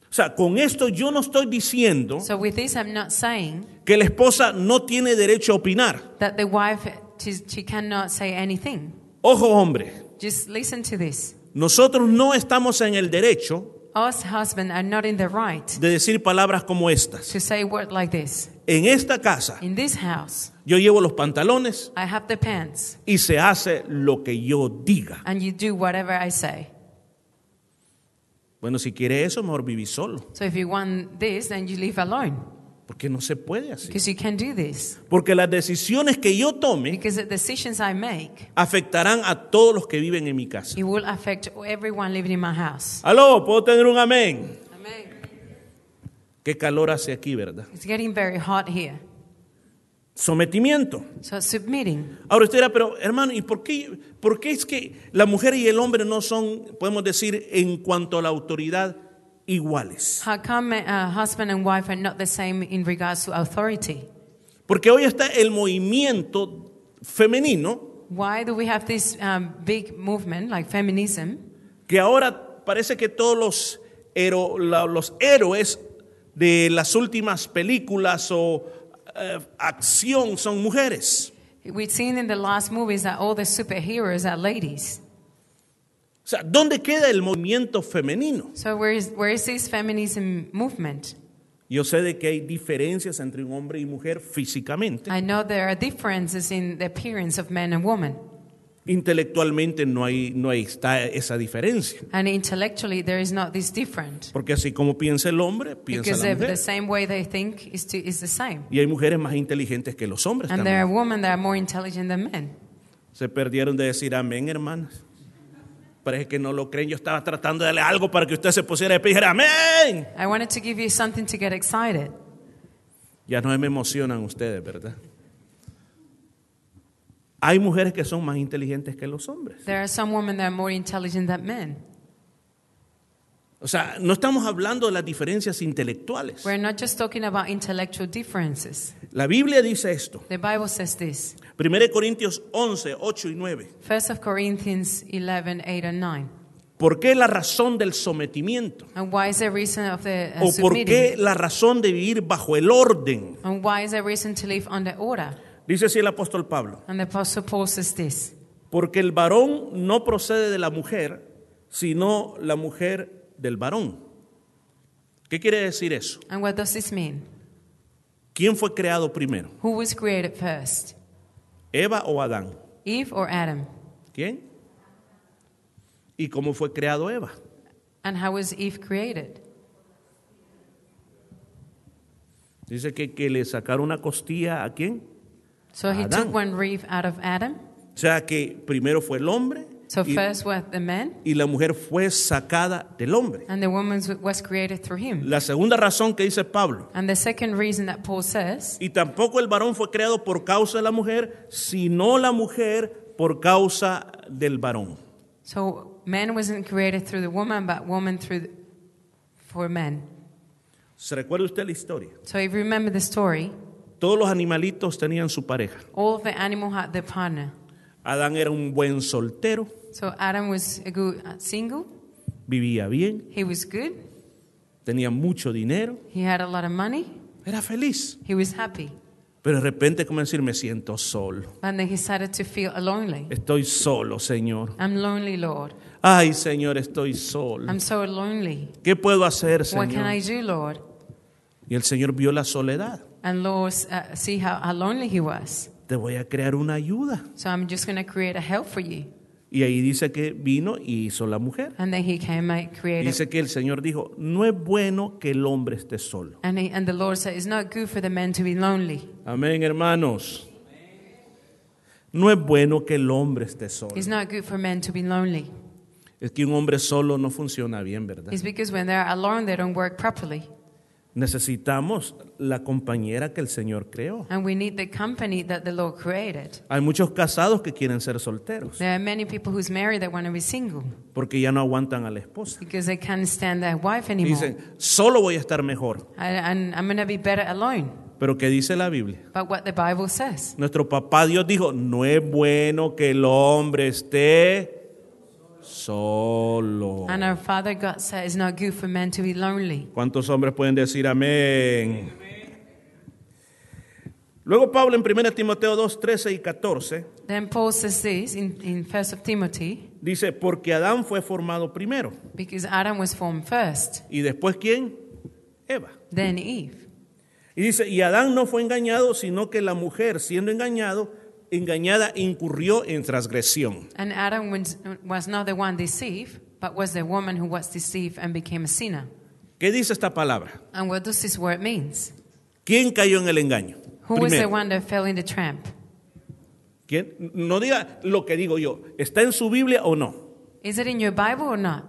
[SPEAKER 1] O sea, con esto yo no estoy diciendo
[SPEAKER 2] So with this, I'm not saying
[SPEAKER 1] que la esposa no tiene derecho a opinar.
[SPEAKER 2] that the wife she, she cannot say anything.
[SPEAKER 1] Ojo, hombre,
[SPEAKER 2] Just listen to this.
[SPEAKER 1] nosotros no estamos en el derecho
[SPEAKER 2] Us husband are not in the right
[SPEAKER 1] de decir palabras como estas.
[SPEAKER 2] to say word like this.
[SPEAKER 1] En esta casa
[SPEAKER 2] In this house,
[SPEAKER 1] yo llevo los pantalones
[SPEAKER 2] I have the pants,
[SPEAKER 1] y se hace lo que yo diga.
[SPEAKER 2] and you do whatever I say.
[SPEAKER 1] Bueno, si quiere eso, mejor vivir solo,
[SPEAKER 2] So if you want this, then you live alone
[SPEAKER 1] porque no se puede así.
[SPEAKER 2] because you can do this.
[SPEAKER 1] Porque las decisiones que yo tome
[SPEAKER 2] Because the decisions I make,
[SPEAKER 1] afectarán a todos los que viven en mi casa.
[SPEAKER 2] it will affect everyone living in my house.
[SPEAKER 1] Aló, ¿puedo tener un amén?
[SPEAKER 2] Amen.
[SPEAKER 1] Qué calor hace aquí, ¿verdad?
[SPEAKER 2] It's getting very hot here.
[SPEAKER 1] Sometimiento.
[SPEAKER 2] So submitting.
[SPEAKER 1] Ahora usted dirá, pero hermano, ¿y por qué, por qué es que la mujer y el hombre no son, podemos decir, en cuanto a la autoridad, iguales?
[SPEAKER 2] How come uh, husband and wife are not the same in regards to authority?
[SPEAKER 1] Porque hoy está el movimiento femenino
[SPEAKER 2] Why do we have this um, big movement like feminism
[SPEAKER 1] que ahora parece que todos los, hero- la- los héroes de las últimas películas o eh, acción son mujeres.
[SPEAKER 2] we've seen in the last movies that all the superheroes are ladies?
[SPEAKER 1] O sea, ¿dónde queda el movimiento femenino?
[SPEAKER 2] So where is, where is this feminism movement?
[SPEAKER 1] Yo sé de que hay diferencias entre un hombre y mujer físicamente.
[SPEAKER 2] I know there are differences in the appearance of men and women,
[SPEAKER 1] Intelectualmente no hay, no hay- está esa diferencia.
[SPEAKER 2] and intellectually there is not this different
[SPEAKER 1] Porque así como piensa el hombre, piensa
[SPEAKER 2] because
[SPEAKER 1] la
[SPEAKER 2] the, the
[SPEAKER 1] mujer.
[SPEAKER 2] same way they think is, to, is the same.
[SPEAKER 1] Y hay mujeres más inteligentes que los hombres
[SPEAKER 2] And there are
[SPEAKER 1] también.
[SPEAKER 2] women that are more intelligent than men.
[SPEAKER 1] Se perdieron de decir amén, hermanas. Parece que no lo creen. Yo estaba tratando de darle algo para que usted se pusiera de pie y dijera amén.
[SPEAKER 2] I wanted to give you something to get excited.
[SPEAKER 1] Ya no me emocionan ustedes, ¿verdad? Hay mujeres que son más inteligentes que los hombres.
[SPEAKER 2] There are some women that are more intelligent than men.
[SPEAKER 1] O sea, no estamos hablando de las diferencias intelectuales.
[SPEAKER 2] We're not just talking about intellectual differences.
[SPEAKER 1] La Biblia dice esto.
[SPEAKER 2] The Bible says this.
[SPEAKER 1] 1 Corintios 11, 8 y 9.
[SPEAKER 2] 1 of Corinthians 11, 8 and 9.
[SPEAKER 1] ¿Por qué la razón del sometimiento?
[SPEAKER 2] And why is there reason of the uh,
[SPEAKER 1] ¿O por qué
[SPEAKER 2] submitting?
[SPEAKER 1] la razón de vivir bajo el orden?
[SPEAKER 2] And why is there reason to live under order?
[SPEAKER 1] Dice así el apóstol Pablo.
[SPEAKER 2] And the Apostle Paul says this.
[SPEAKER 1] Porque el varón no procede de la mujer, sino la mujer del varón. ¿Qué quiere decir eso?
[SPEAKER 2] And what does this mean?
[SPEAKER 1] ¿Quién fue creado primero?
[SPEAKER 2] Who was created first?
[SPEAKER 1] ¿Eva o Adán?
[SPEAKER 2] Eve or Adam?
[SPEAKER 1] ¿Quién? ¿Y cómo fue creado Eva?
[SPEAKER 2] And how was Eve created?
[SPEAKER 1] Dice que, que le sacaron una costilla a quién?
[SPEAKER 2] So he
[SPEAKER 1] Adán.
[SPEAKER 2] took one rib out of Adam.
[SPEAKER 1] O sea que primero fue el hombre
[SPEAKER 2] So
[SPEAKER 1] y,
[SPEAKER 2] first was the man,
[SPEAKER 1] y la mujer fue sacada del hombre.
[SPEAKER 2] and the woman was created through him.
[SPEAKER 1] La segunda razón que dice Pablo,
[SPEAKER 2] And the second reason that Paul says,
[SPEAKER 1] y tampoco el varón fue creado por causa de la mujer, sino la mujer por causa del varón.
[SPEAKER 2] so man wasn't created through the woman, but woman through the, for man.
[SPEAKER 1] ¿Se recuerda usted la historia?
[SPEAKER 2] So if you remember the story,
[SPEAKER 1] Todos los animalitos tenían su pareja.
[SPEAKER 2] all of the animal had their partner.
[SPEAKER 1] Adán era un buen soltero,
[SPEAKER 2] So Adam was a good uh, single.
[SPEAKER 1] vivía bien,
[SPEAKER 2] He was good.
[SPEAKER 1] tenía mucho dinero,
[SPEAKER 2] He had a lot of money.
[SPEAKER 1] era feliz.
[SPEAKER 2] He was happy.
[SPEAKER 1] Pero de repente comenzó a decir, me siento solo,
[SPEAKER 2] And then he started to feel lonely.
[SPEAKER 1] estoy solo, Señor.
[SPEAKER 2] I'm lonely, Lord.
[SPEAKER 1] Ay, Señor, estoy solo.
[SPEAKER 2] I'm so lonely.
[SPEAKER 1] ¿Qué puedo hacer,
[SPEAKER 2] What can I
[SPEAKER 1] Señor?
[SPEAKER 2] do, Lord?
[SPEAKER 1] Y el Señor vio la soledad.
[SPEAKER 2] And Lord, uh, see how, how lonely he was.
[SPEAKER 1] Te voy a crear una ayuda.
[SPEAKER 2] So I'm just going to create a help for you.
[SPEAKER 1] Y ahí dice que vino y hizo la mujer.
[SPEAKER 2] And then he came and created.
[SPEAKER 1] Dice que el Señor dijo, no es bueno que el hombre esté solo.
[SPEAKER 2] And, he, and the Lord said, It's not good for the man to be lonely.
[SPEAKER 1] Amén, hermanos. No es bueno que el hombre esté solo.
[SPEAKER 2] It's not good for men to be lonely.
[SPEAKER 1] Es que un hombre solo no funciona bien, ¿verdad?
[SPEAKER 2] It's because when they're alone, they don't work properly.
[SPEAKER 1] Necesitamos la compañera que el Señor creó.
[SPEAKER 2] And we need the company that the Lord created.
[SPEAKER 1] Hay muchos casados que quieren ser solteros
[SPEAKER 2] There are many people who's married that want to be single
[SPEAKER 1] porque ya no aguantan a la esposa.
[SPEAKER 2] because they can't stand their wife
[SPEAKER 1] Y
[SPEAKER 2] anymore.
[SPEAKER 1] Dicen, solo voy a estar mejor.
[SPEAKER 2] I, and I'm going to be better alone.
[SPEAKER 1] Pero ¿qué dice la Biblia?
[SPEAKER 2] But what the Bible says.
[SPEAKER 1] Nuestro papá Dios dijo, no es bueno que el hombre esté solo.
[SPEAKER 2] And our Father God said it's not good for men to be lonely.
[SPEAKER 1] ¿Cuántos hombres pueden decir amén? Luego Pablo en 1 Timoteo 2, 13 y 14
[SPEAKER 2] Then Paul says this in, in 1 Timothy
[SPEAKER 1] dice, porque Adán fue formado primero
[SPEAKER 2] because Adam was formed first,
[SPEAKER 1] y después ¿quién? Eva.
[SPEAKER 2] then Eve.
[SPEAKER 1] Y dice, y Adán no fue engañado, sino que la mujer siendo engañado, engañada incurrió en transgresión.
[SPEAKER 2] And Adam was, was not the one deceived, but was the woman who was deceived and became a sinner.
[SPEAKER 1] ¿Qué dice esta palabra?
[SPEAKER 2] And what does this word means?
[SPEAKER 1] ¿Quién cayó en el engaño?
[SPEAKER 2] Who was the
[SPEAKER 1] Primero.
[SPEAKER 2] one that fell in the trap?
[SPEAKER 1] ¿Quién? No diga lo que digo yo. ¿Está en su Biblia o no?
[SPEAKER 2] Is it in your Bible or not?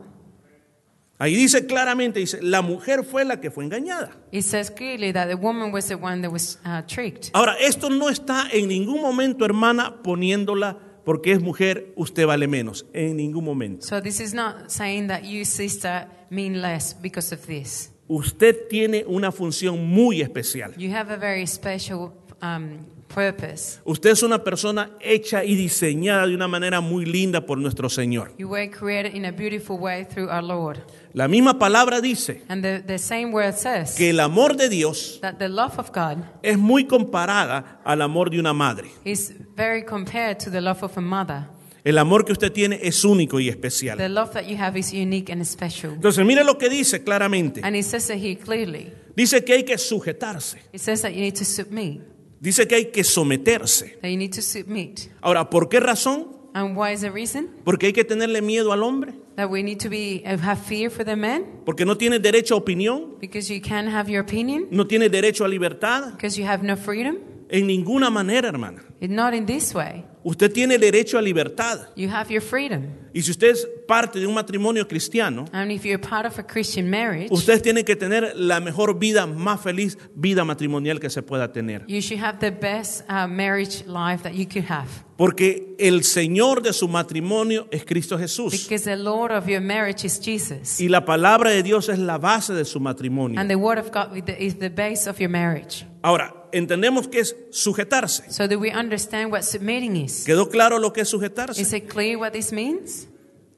[SPEAKER 1] Ahí dice claramente, dice, la mujer fue la que fue engañada.
[SPEAKER 2] It says clearly that the woman was the one that was uh, tricked.
[SPEAKER 1] Ahora, esto no está en ningún momento, hermana, poniéndola porque es mujer, usted vale menos. En ningún momento.
[SPEAKER 2] So this is not saying that you, sister, mean less because of this.
[SPEAKER 1] Usted tiene una función muy especial.
[SPEAKER 2] You have a very special um, purpose.
[SPEAKER 1] Usted es una persona hecha y diseñada de una manera muy linda por nuestro Señor.
[SPEAKER 2] You were created in a beautiful way through our Lord.
[SPEAKER 1] La misma palabra dice
[SPEAKER 2] And the, the same word says
[SPEAKER 1] que el amor de Dios
[SPEAKER 2] that the love of God
[SPEAKER 1] es muy comparada al amor de una madre.
[SPEAKER 2] is very compared to the love of a mother.
[SPEAKER 1] El amor que usted tiene es único y especial.
[SPEAKER 2] The love that you have is unique and special.
[SPEAKER 1] Entonces, mire lo que dice claramente.
[SPEAKER 2] And it says it here clearly.
[SPEAKER 1] Dice que hay que sujetarse.
[SPEAKER 2] It says that you need to submit.
[SPEAKER 1] Dice que hay que someterse.
[SPEAKER 2] That you need to submit.
[SPEAKER 1] Ahora, ¿por qué razón?
[SPEAKER 2] And why is the reason?
[SPEAKER 1] Porque hay que tenerle miedo al hombre.
[SPEAKER 2] That we need to be uh, have fear for the man
[SPEAKER 1] Porque no tiene derecho a opinión.
[SPEAKER 2] because you can't have your opinion
[SPEAKER 1] No tiene derecho a libertad.
[SPEAKER 2] because you have no freedom.
[SPEAKER 1] En ninguna manera, hermana.
[SPEAKER 2] Not in this way.
[SPEAKER 1] Usted tiene derecho a libertad.
[SPEAKER 2] You have your freedom.
[SPEAKER 1] Y si usted es parte de un matrimonio cristiano,
[SPEAKER 2] And if you're part of a Christian marriage,
[SPEAKER 1] usted tiene que tener la mejor vida, más feliz vida matrimonial que se pueda tener.
[SPEAKER 2] you should have the best uh, marriage life that you could have.
[SPEAKER 1] Porque el Señor de su matrimonio es Cristo Jesús.
[SPEAKER 2] Because the Lord of your marriage is Jesus.
[SPEAKER 1] Y la palabra de Dios es la base de su matrimonio.
[SPEAKER 2] And the Word of God is the- is the base of your marriage.
[SPEAKER 1] Ahora, entendemos que es sujetarse.
[SPEAKER 2] So that we understand what submitting is.
[SPEAKER 1] ¿Quedó claro lo que es sujetarse?
[SPEAKER 2] Is it clear what this means?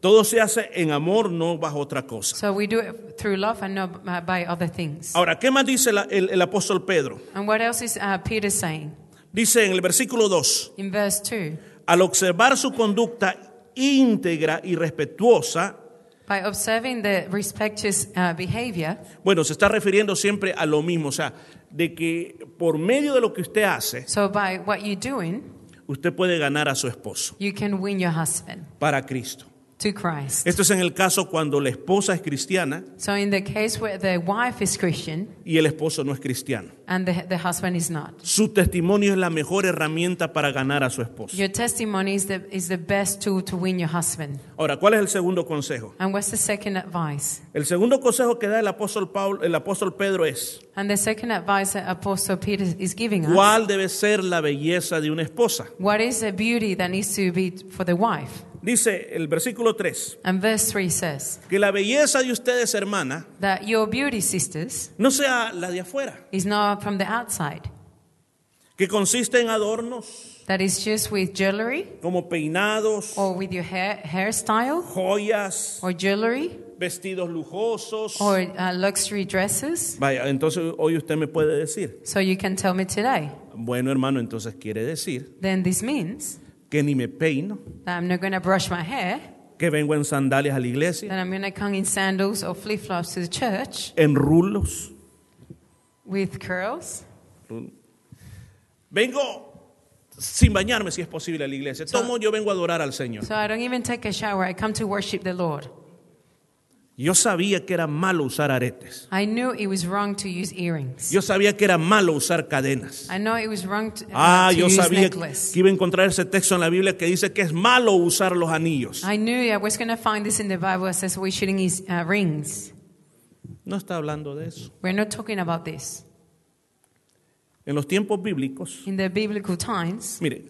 [SPEAKER 1] Todo se hace en amor, no bajo otra cosa.
[SPEAKER 2] So we do it through love and not uh, by other things.
[SPEAKER 1] Ahora, ¿qué más dice la- el, el apóstol Pedro?
[SPEAKER 2] And what else is uh, Peter saying?
[SPEAKER 1] Dice en el versículo 2,
[SPEAKER 2] In verse 2
[SPEAKER 1] al observar su conducta íntegra y respetuosa,
[SPEAKER 2] By observing the respectuous uh, behavior,
[SPEAKER 1] bueno, se está refiriendo siempre a lo mismo, o sea, de que por medio de lo que usted hace,
[SPEAKER 2] so by what you're doing,
[SPEAKER 1] usted puede ganar a su esposo
[SPEAKER 2] you can win your husband
[SPEAKER 1] para Cristo.
[SPEAKER 2] to Christ.
[SPEAKER 1] Esto es en el caso cuando la esposa es cristiana
[SPEAKER 2] So in the case where the wife is Christian
[SPEAKER 1] y el esposo no es cristiano.
[SPEAKER 2] and the, the husband is not,
[SPEAKER 1] Su testimonio es la mejor herramienta para ganar a su esposo.
[SPEAKER 2] your testimony is the, is the best tool to win your husband.
[SPEAKER 1] Ahora, ¿cuál es el segundo consejo?
[SPEAKER 2] And what's the second advice?
[SPEAKER 1] El segundo consejo que da el apóstol, Pablo, el apóstol Pedro es,
[SPEAKER 2] And the second advice that Apostle Peter is giving us
[SPEAKER 1] ¿cuál debe ser la belleza de una esposa?
[SPEAKER 2] what is the beauty that needs to be for the wife?
[SPEAKER 1] Dice el versículo 3,
[SPEAKER 2] And verse 3 says
[SPEAKER 1] que la belleza de ustedes, hermana,
[SPEAKER 2] that your beauty, sisters,
[SPEAKER 1] no sea la de afuera,
[SPEAKER 2] is not from the outside,
[SPEAKER 1] que consiste en adornos
[SPEAKER 2] that is just with jewelry
[SPEAKER 1] como peinados,
[SPEAKER 2] or with your hair, hairstyle
[SPEAKER 1] joyas,
[SPEAKER 2] or jewelry
[SPEAKER 1] vestidos lujosos.
[SPEAKER 2] or uh, luxury dresses.
[SPEAKER 1] Vaya, entonces hoy usted me puede decir,
[SPEAKER 2] So you can tell me today.
[SPEAKER 1] bueno hermano, entonces quiere decir
[SPEAKER 2] Then this means
[SPEAKER 1] que ni me peino,
[SPEAKER 2] that I'm not going to brush my hair,
[SPEAKER 1] que vengo en sandalias a la iglesia,
[SPEAKER 2] that I'm going to come in sandals or flip flops to the church
[SPEAKER 1] en rulos.
[SPEAKER 2] with curls.
[SPEAKER 1] rulo. Vengo sin bañarme si es posible a la iglesia. Tomo, yo vengo a adorar al Señor.
[SPEAKER 2] So I don't even take a shower. I come to worship the Lord.
[SPEAKER 1] Yo sabía que era malo usar aretes.
[SPEAKER 2] I knew it was wrong to use earrings.
[SPEAKER 1] Yo sabía que era malo usar cadenas.
[SPEAKER 2] I know it was wrong to, uh,
[SPEAKER 1] Ah,
[SPEAKER 2] to
[SPEAKER 1] yo
[SPEAKER 2] use
[SPEAKER 1] sabía
[SPEAKER 2] necklace.
[SPEAKER 1] que iba a encontrar ese texto en la Biblia que dice que es malo usar los anillos.
[SPEAKER 2] I knew I was going to find this in the Bible. It says we shouldn't use uh, rings.
[SPEAKER 1] No está hablando de eso.
[SPEAKER 2] We're not talking about this.
[SPEAKER 1] En los tiempos bíblicos,
[SPEAKER 2] In the biblical times,
[SPEAKER 1] mire,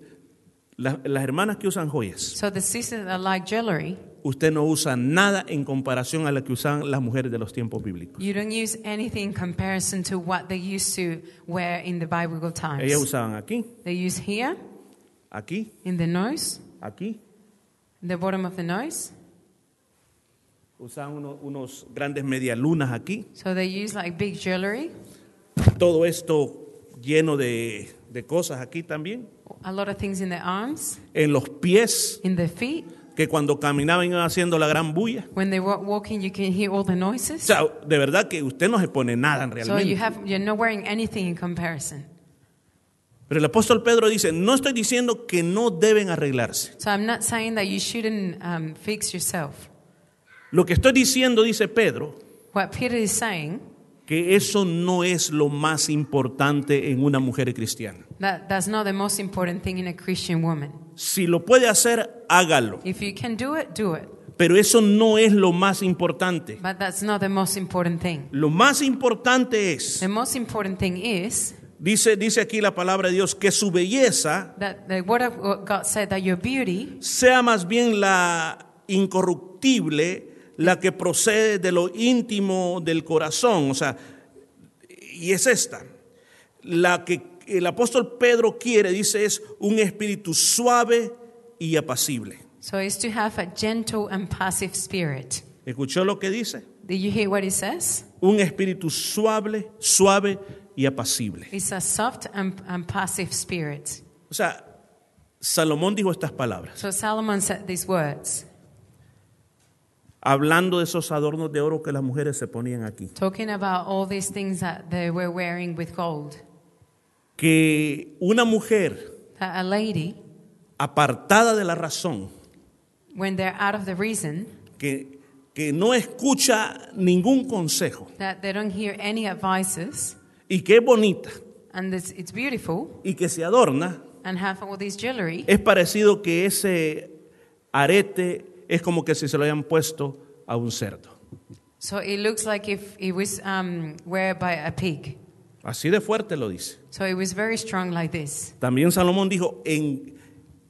[SPEAKER 1] la- las hermanas que usan joyas,
[SPEAKER 2] so the sisters that like jewelry,
[SPEAKER 1] usted no usa nada en comparación a la que usaban las mujeres de los tiempos bíblicos.
[SPEAKER 2] you don't use anything in comparison to what they used to wear in the biblical times.
[SPEAKER 1] Ellas usaban aquí,
[SPEAKER 2] They use here,
[SPEAKER 1] aquí,
[SPEAKER 2] in the nose,
[SPEAKER 1] aquí.
[SPEAKER 2] the bottom of the nose.
[SPEAKER 1] Usaban uno- unos grandes medialunas aquí.
[SPEAKER 2] So they use like big jewelry,
[SPEAKER 1] Todo esto lleno de, de cosas aquí también.
[SPEAKER 2] a lot of things in the arms,
[SPEAKER 1] En los pies,
[SPEAKER 2] in the feet.
[SPEAKER 1] que cuando caminaban iban haciendo la gran bulla.
[SPEAKER 2] When they were walking, you can hear all the
[SPEAKER 1] O
[SPEAKER 2] noises.
[SPEAKER 1] sea, de verdad que usted no se pone nada en
[SPEAKER 2] So you
[SPEAKER 1] realmente.
[SPEAKER 2] have you're not wearing anything in comparison.
[SPEAKER 1] Pero el apóstol Pedro dice, no estoy diciendo que no deben arreglarse.
[SPEAKER 2] So I'm not saying that you shouldn't um, fix yourself.
[SPEAKER 1] Lo que estoy diciendo, dice Pedro,
[SPEAKER 2] What Peter is saying
[SPEAKER 1] que eso no es lo más importante en una mujer cristiana.
[SPEAKER 2] that that's not the most important thing in a Christian woman.
[SPEAKER 1] Si lo puede hacer, hágalo.
[SPEAKER 2] If you can do it, do it.
[SPEAKER 1] Pero eso no es lo más importante.
[SPEAKER 2] But that's not the most important thing.
[SPEAKER 1] Lo más importante es,
[SPEAKER 2] The most important thing is
[SPEAKER 1] dice, dice aquí la palabra de Dios, que su belleza
[SPEAKER 2] that the word of God said that your beauty
[SPEAKER 1] sea más bien la incorruptible, la que procede de lo íntimo del corazón. O sea, y es esta. La que el apóstol Pedro quiere, dice, es un espíritu suave y apacible.
[SPEAKER 2] so is to have a gentle and passive spirit.
[SPEAKER 1] ¿Escuchó lo que dice?
[SPEAKER 2] Did you hear what he says?
[SPEAKER 1] Un espíritu suave, suave y apacible.
[SPEAKER 2] It's a soft and, and passive spirit.
[SPEAKER 1] O sea, Salomón dijo estas palabras,
[SPEAKER 2] So Solomon said these words,
[SPEAKER 1] hablando de esos adornos de oro que las mujeres se ponían aquí.
[SPEAKER 2] talking about all these things that they were wearing with gold.
[SPEAKER 1] Que una mujer
[SPEAKER 2] That a lady,
[SPEAKER 1] apartada de la razón,
[SPEAKER 2] when they're out of the reason,
[SPEAKER 1] que, que no escucha ningún consejo
[SPEAKER 2] that they don't hear any advices,
[SPEAKER 1] y que es bonita
[SPEAKER 2] and it's, it's beautiful,
[SPEAKER 1] y que se adorna,
[SPEAKER 2] and have all this jewelry,
[SPEAKER 1] es parecido que ese arete es como que si se lo hayan puesto a un cerdo.
[SPEAKER 2] so it looks like if it was um, wear by a pig.
[SPEAKER 1] Así de fuerte lo dice.
[SPEAKER 2] So it was very strong like this.
[SPEAKER 1] También Salomón dijo, en,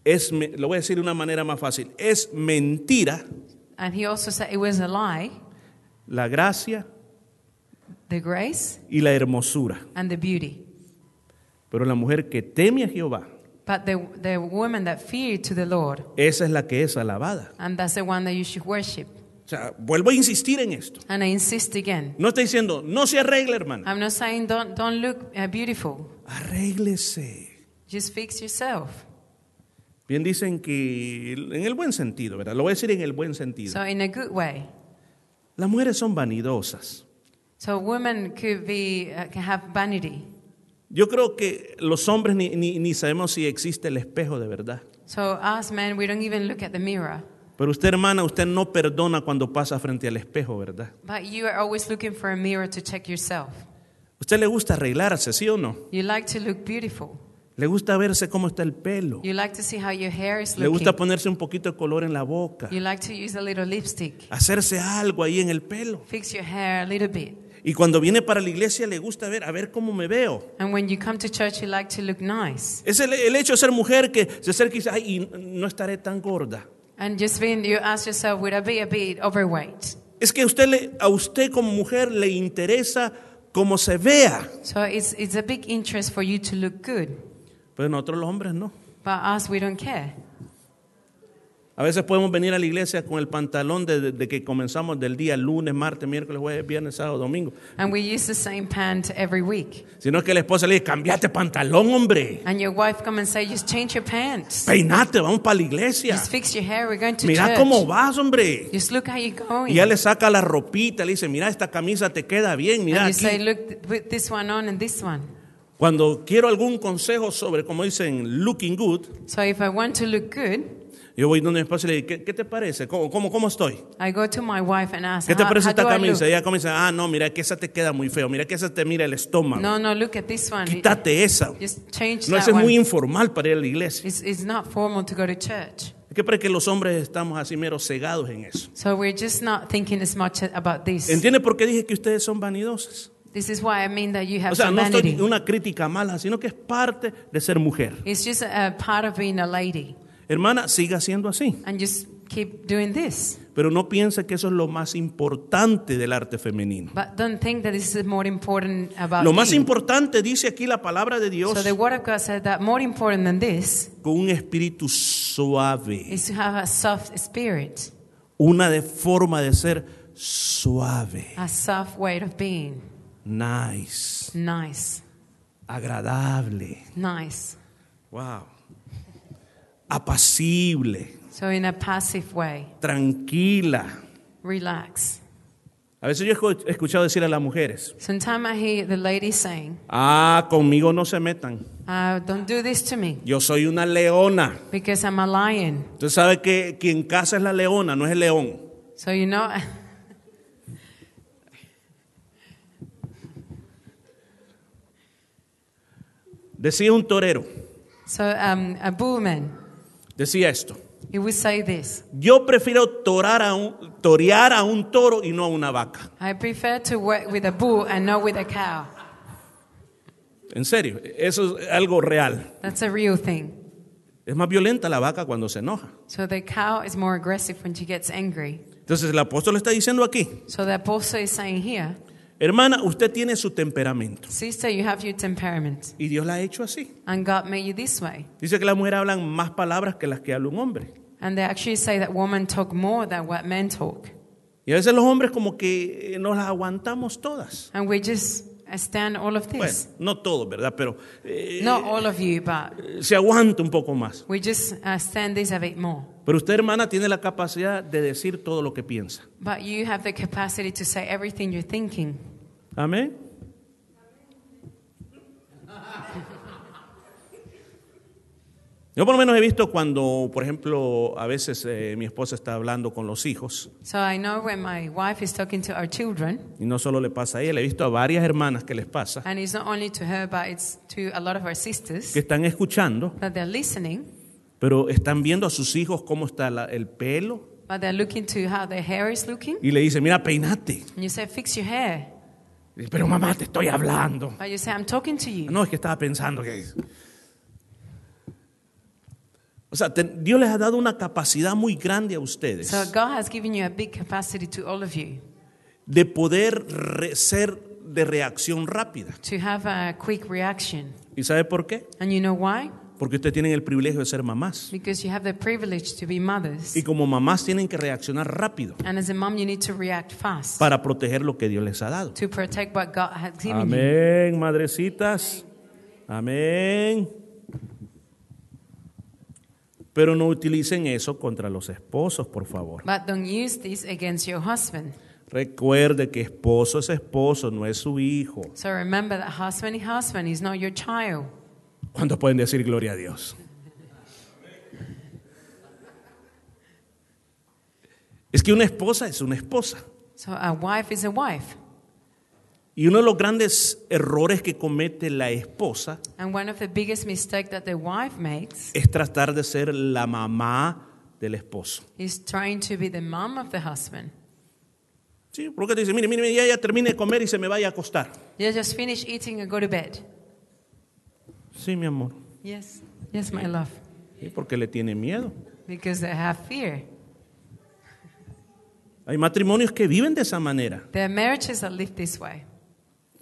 [SPEAKER 1] es, me- lo voy a decir de una manera más fácil, es mentira
[SPEAKER 2] And he also said it was a lie,
[SPEAKER 1] la gracia
[SPEAKER 2] the grace
[SPEAKER 1] y la hermosura.
[SPEAKER 2] and the beauty.
[SPEAKER 1] Pero la mujer que teme a Jehová,
[SPEAKER 2] But the, the woman that feared to the Lord,
[SPEAKER 1] esa es la que es alabada.
[SPEAKER 2] and that's the one that you should worship.
[SPEAKER 1] O sea, vuelvo a insistir en esto.
[SPEAKER 2] And I insist again.
[SPEAKER 1] No está diciendo, no se arregle, hermano.
[SPEAKER 2] I'm not saying don't, don't look uh, beautiful.
[SPEAKER 1] Arréglese.
[SPEAKER 2] Just fix yourself.
[SPEAKER 1] Bien dicen que en el buen sentido, ¿verdad? Lo voy a decir en el buen
[SPEAKER 2] So
[SPEAKER 1] sentido.
[SPEAKER 2] in a good way.
[SPEAKER 1] Las mujeres son vanidosas.
[SPEAKER 2] So women could be uh, can have vanity.
[SPEAKER 1] Yo creo que los hombres ni, ni- ni sabemos si existe el espejo de verdad.
[SPEAKER 2] So us men, we don't even look at the mirror.
[SPEAKER 1] Pero usted, hermana, usted no perdona cuando pasa frente al espejo, ¿verdad?
[SPEAKER 2] But you are always looking for a mirror to check yourself.
[SPEAKER 1] Usted le gusta arreglarse, ¿sí o no?
[SPEAKER 2] You like to look beautiful.
[SPEAKER 1] Le gusta verse cómo está el pelo.
[SPEAKER 2] You like to see how your hair is
[SPEAKER 1] Le gusta
[SPEAKER 2] looking.
[SPEAKER 1] ponerse un poquito de color en la boca.
[SPEAKER 2] You like to use a little lipstick.
[SPEAKER 1] Hacerse algo ahí en el pelo.
[SPEAKER 2] Fix your hair a little bit.
[SPEAKER 1] Y cuando viene para la iglesia le gusta ver, a ver cómo me veo.
[SPEAKER 2] And when you come to church, you like to look nice.
[SPEAKER 1] Es el, el hecho de ser mujer que se acerca y dice, ay, y no estaré tan gorda.
[SPEAKER 2] And just being, you ask yourself, would I be a bit overweight?
[SPEAKER 1] Es que usted le- a usted como mujer le interesa cómo se vea.
[SPEAKER 2] So it's, it's a big interest for you to look good.
[SPEAKER 1] Pero nosotros los hombres no.
[SPEAKER 2] But us, we don't care.
[SPEAKER 1] A veces podemos venir a la iglesia con el pantalón desde desde que comenzamos del día lunes, martes, miércoles, jueves, viernes, sábado, domingo.
[SPEAKER 2] And we use the same pant every week.
[SPEAKER 1] Sino que la esposa le dice, cambiate pantalón, hombre.
[SPEAKER 2] And your wife come and say, just change your pants.
[SPEAKER 1] Peinate, vamos para la iglesia.
[SPEAKER 2] Just fix your hair. We're going to
[SPEAKER 1] Mira
[SPEAKER 2] church.
[SPEAKER 1] cómo vas, hombre.
[SPEAKER 2] Just look how you're going.
[SPEAKER 1] Y ya le saca la ropita, le dice, mira, esta camisa te queda bien, mira.
[SPEAKER 2] and you
[SPEAKER 1] aquí".
[SPEAKER 2] say, look, put this one on and this one.
[SPEAKER 1] Cuando quiero algún consejo sobre, como dicen, looking good,
[SPEAKER 2] So if I want to look good,
[SPEAKER 1] yo voy donde mi esposa y le digo, ¿qué, qué te parece? ¿Cómo, cómo, cómo estoy?
[SPEAKER 2] I go to my wife and ask,
[SPEAKER 1] ¿Qué te
[SPEAKER 2] how,
[SPEAKER 1] parece
[SPEAKER 2] Ah, how
[SPEAKER 1] esta
[SPEAKER 2] do I
[SPEAKER 1] camisa?
[SPEAKER 2] look?
[SPEAKER 1] Ella comienza, ah, no, mira, que esa te queda muy feo, mira, que esa te mira el estómago.
[SPEAKER 2] No, no, look at this one.
[SPEAKER 1] Quítate esa.
[SPEAKER 2] Just change
[SPEAKER 1] No,
[SPEAKER 2] that
[SPEAKER 1] esa es
[SPEAKER 2] one.
[SPEAKER 1] muy informal para ir a la iglesia.
[SPEAKER 2] It's, it's not formal to go to church.
[SPEAKER 1] Es que parece que los hombres estamos así meros cegados en eso.
[SPEAKER 2] So we're just not thinking as much about this.
[SPEAKER 1] ¿Entiende por qué dije que ustedes son vanidosos?
[SPEAKER 2] This is why I mean that you have
[SPEAKER 1] O sea,
[SPEAKER 2] some
[SPEAKER 1] no
[SPEAKER 2] vanity.
[SPEAKER 1] estoy una crítica mala, sino que es parte de ser mujer.
[SPEAKER 2] It's just a part of being a lady.
[SPEAKER 1] Hermana, siga siendo así,
[SPEAKER 2] And just keep doing this.
[SPEAKER 1] pero no piense que eso es lo más importante del arte femenino.
[SPEAKER 2] But don't think that this is more important about
[SPEAKER 1] Lo más
[SPEAKER 2] you.
[SPEAKER 1] importante dice aquí la palabra de Dios
[SPEAKER 2] So the word of God said that more important than this
[SPEAKER 1] con un espíritu suave,
[SPEAKER 2] is to have a soft spirit,
[SPEAKER 1] una de forma de ser suave,
[SPEAKER 2] a soft way of being.
[SPEAKER 1] nice,
[SPEAKER 2] Nice,
[SPEAKER 1] agradable,
[SPEAKER 2] nice.
[SPEAKER 1] wow, apacible,
[SPEAKER 2] So in a passive way,
[SPEAKER 1] tranquila.
[SPEAKER 2] relax.
[SPEAKER 1] A veces yo he escu- he escuchado decir a las mujeres,
[SPEAKER 2] Sometimes I hear the lady saying,
[SPEAKER 1] ah, conmigo no se metan,
[SPEAKER 2] uh, "Don't do this to me
[SPEAKER 1] yo soy una leona.
[SPEAKER 2] because I'm a lion."
[SPEAKER 1] Usted sabe que quien casa es la leona, no es el león.
[SPEAKER 2] So you know,
[SPEAKER 1] Decía un torero,
[SPEAKER 2] so um, a bullman,
[SPEAKER 1] decía esto,
[SPEAKER 2] he would say this:
[SPEAKER 1] yo prefiero torar a un, torear a un toro y no a una vaca.
[SPEAKER 2] "I prefer to work with a bull and not with a cow."
[SPEAKER 1] En serio, eso es algo real.
[SPEAKER 2] That's a real thing.
[SPEAKER 1] Es más violenta la vaca cuando se enoja.
[SPEAKER 2] So the cow is more aggressive when she gets angry.
[SPEAKER 1] Entonces el apóstol está diciendo aquí,
[SPEAKER 2] So the apostle is saying here,
[SPEAKER 1] hermana, usted tiene su temperamento
[SPEAKER 2] sister, you have your temperament,
[SPEAKER 1] y Dios la ha hecho así.
[SPEAKER 2] and God made you this way.
[SPEAKER 1] Dice que las mujeres hablan más palabras que las que habla un hombre.
[SPEAKER 2] And they actually say that women talk more than what men talk.
[SPEAKER 1] Y a veces los hombres como que eh, nos las aguantamos todas.
[SPEAKER 2] And we just stand all of
[SPEAKER 1] Bueno,
[SPEAKER 2] this.
[SPEAKER 1] no todos, ¿verdad? Pero eh,
[SPEAKER 2] Not all of you, but
[SPEAKER 1] se aguanta un poco más.
[SPEAKER 2] we just uh, stand this a bit more.
[SPEAKER 1] Pero usted, hermana, tiene la capacidad de decir todo lo que piensa.
[SPEAKER 2] But you have the capacity to say everything you're thinking.
[SPEAKER 1] Amén. Yo por lo menos he visto cuando, por ejemplo, a veces eh, mi esposa está hablando con los hijos,
[SPEAKER 2] So I know when my wife is talking to our children,
[SPEAKER 1] y no solo le pasa a ella, le he visto a varias hermanas que les pasa,
[SPEAKER 2] and it's not only to her, but it's to a lot of our sisters,
[SPEAKER 1] que están escuchando,
[SPEAKER 2] that they're listening,
[SPEAKER 1] pero están viendo a sus hijos cómo está la- el pelo,
[SPEAKER 2] but they're looking to how their hair is looking.
[SPEAKER 1] y le dice, mira, peinate.
[SPEAKER 2] And you say, fix your hair.
[SPEAKER 1] Y, Pero mamá, te estoy hablando.
[SPEAKER 2] But you say, I'm talking to you.
[SPEAKER 1] No, es que estaba pensando que... O sea, te- Dios les ha dado una capacidad muy grande a ustedes.
[SPEAKER 2] So God has given you a big capacity to all of you
[SPEAKER 1] de poder re- ser de reacción rápida.
[SPEAKER 2] to have a quick reaction.
[SPEAKER 1] ¿Y sabe por qué?
[SPEAKER 2] And you know why?
[SPEAKER 1] Porque ustedes tienen el privilegio de ser mamás.
[SPEAKER 2] Because you have the privilege to be mothers.
[SPEAKER 1] Y como mamás tienen que reaccionar rápido
[SPEAKER 2] And as a mom, you need to react fast
[SPEAKER 1] para proteger lo que Dios les ha dado.
[SPEAKER 2] to protect what God has given you.
[SPEAKER 1] Amén, madrecitas. Amén. Pero no utilicen eso contra los esposos, por favor.
[SPEAKER 2] But don't use this against your husband.
[SPEAKER 1] Recuerde que esposo es esposo, no es su hijo.
[SPEAKER 2] So remember that husband is husband, he's not your child.
[SPEAKER 1] ¿Cuántos pueden decir gloria a Dios? Es que una esposa es una esposa.
[SPEAKER 2] So a wife is a wife.
[SPEAKER 1] Y uno de los grandes errores que comete la esposa
[SPEAKER 2] And one of the biggest mistakes that the wife makes
[SPEAKER 1] es tratar de ser la mamá del esposo.
[SPEAKER 2] is trying to be the mom of the husband.
[SPEAKER 1] Sí, porque te dice, mire, mire, ya, ya termine de comer y se me vaya a acostar.
[SPEAKER 2] You just finish eating and go to bed.
[SPEAKER 1] Sí, mi amor.
[SPEAKER 2] Yes. Yes, my love.
[SPEAKER 1] Sí, porque le tiene miedo.
[SPEAKER 2] Because they have fear.
[SPEAKER 1] Hay matrimonios que viven de esa manera,
[SPEAKER 2] There are marriages that live this way.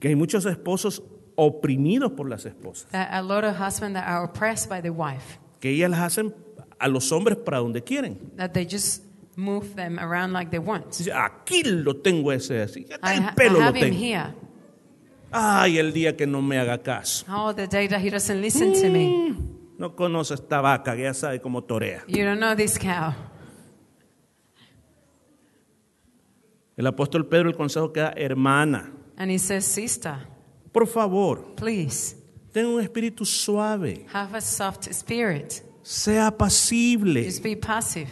[SPEAKER 1] que hay muchos esposos oprimidos por las esposas,
[SPEAKER 2] There are a lot of husbands that are oppressed by the wife,
[SPEAKER 1] que ellas las hacen a los hombres para donde quieren.
[SPEAKER 2] that they just move them around like they want.
[SPEAKER 1] Dice, aquí lo tengo ese así, hasta
[SPEAKER 2] I,
[SPEAKER 1] el
[SPEAKER 2] ha- I
[SPEAKER 1] pelo lo
[SPEAKER 2] have him
[SPEAKER 1] tengo.
[SPEAKER 2] here.
[SPEAKER 1] Ay, el día que no me haga caso.
[SPEAKER 2] Oh, the day that he doesn't listen to
[SPEAKER 1] Mm.
[SPEAKER 2] me.
[SPEAKER 1] No conoce esta vaca que ya sabe cómo torea.
[SPEAKER 2] You don't know this cow.
[SPEAKER 1] El apóstol Pedro el consejo que da, hermana,
[SPEAKER 2] And he says, Sister,
[SPEAKER 1] por favor,
[SPEAKER 2] please
[SPEAKER 1] tenga un espíritu suave,
[SPEAKER 2] have a soft spirit.
[SPEAKER 1] sea apacible.
[SPEAKER 2] Just be passive.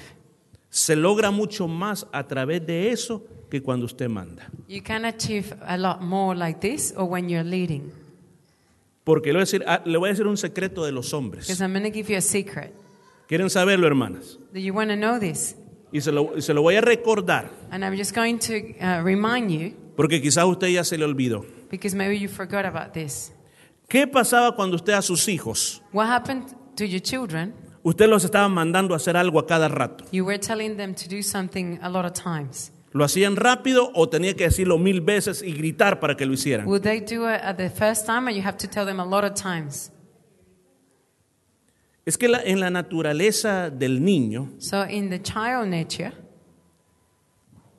[SPEAKER 1] Se logra mucho más a través de eso que cuando usted manda.
[SPEAKER 2] You can achieve a lot more like this or when you're leading.
[SPEAKER 1] Porque le voy a decir, ah, le voy a decir un secreto de los
[SPEAKER 2] Because
[SPEAKER 1] hombres.
[SPEAKER 2] I'm going to give you a secret.
[SPEAKER 1] ¿Quieren saberlo, hermanas?
[SPEAKER 2] Do you want to know this?
[SPEAKER 1] Y se lo, y se lo voy a recordar,
[SPEAKER 2] And I'm just going to uh, remind you
[SPEAKER 1] porque quizás a usted ya se le olvidó.
[SPEAKER 2] because maybe you forgot about this.
[SPEAKER 1] ¿Qué pasaba cuando usted a sus hijos,
[SPEAKER 2] What happened to your children?
[SPEAKER 1] usted los estaba mandando a hacer algo a cada rato?
[SPEAKER 2] You were telling them to do something a lot of times.
[SPEAKER 1] ¿Lo hacían rápido o tenía que decirlo mil veces y gritar para que lo hicieran?
[SPEAKER 2] Will they do it at the first time or you have to tell them a lot of times?
[SPEAKER 1] Es que la- en la naturaleza del niño,
[SPEAKER 2] So in the child nature,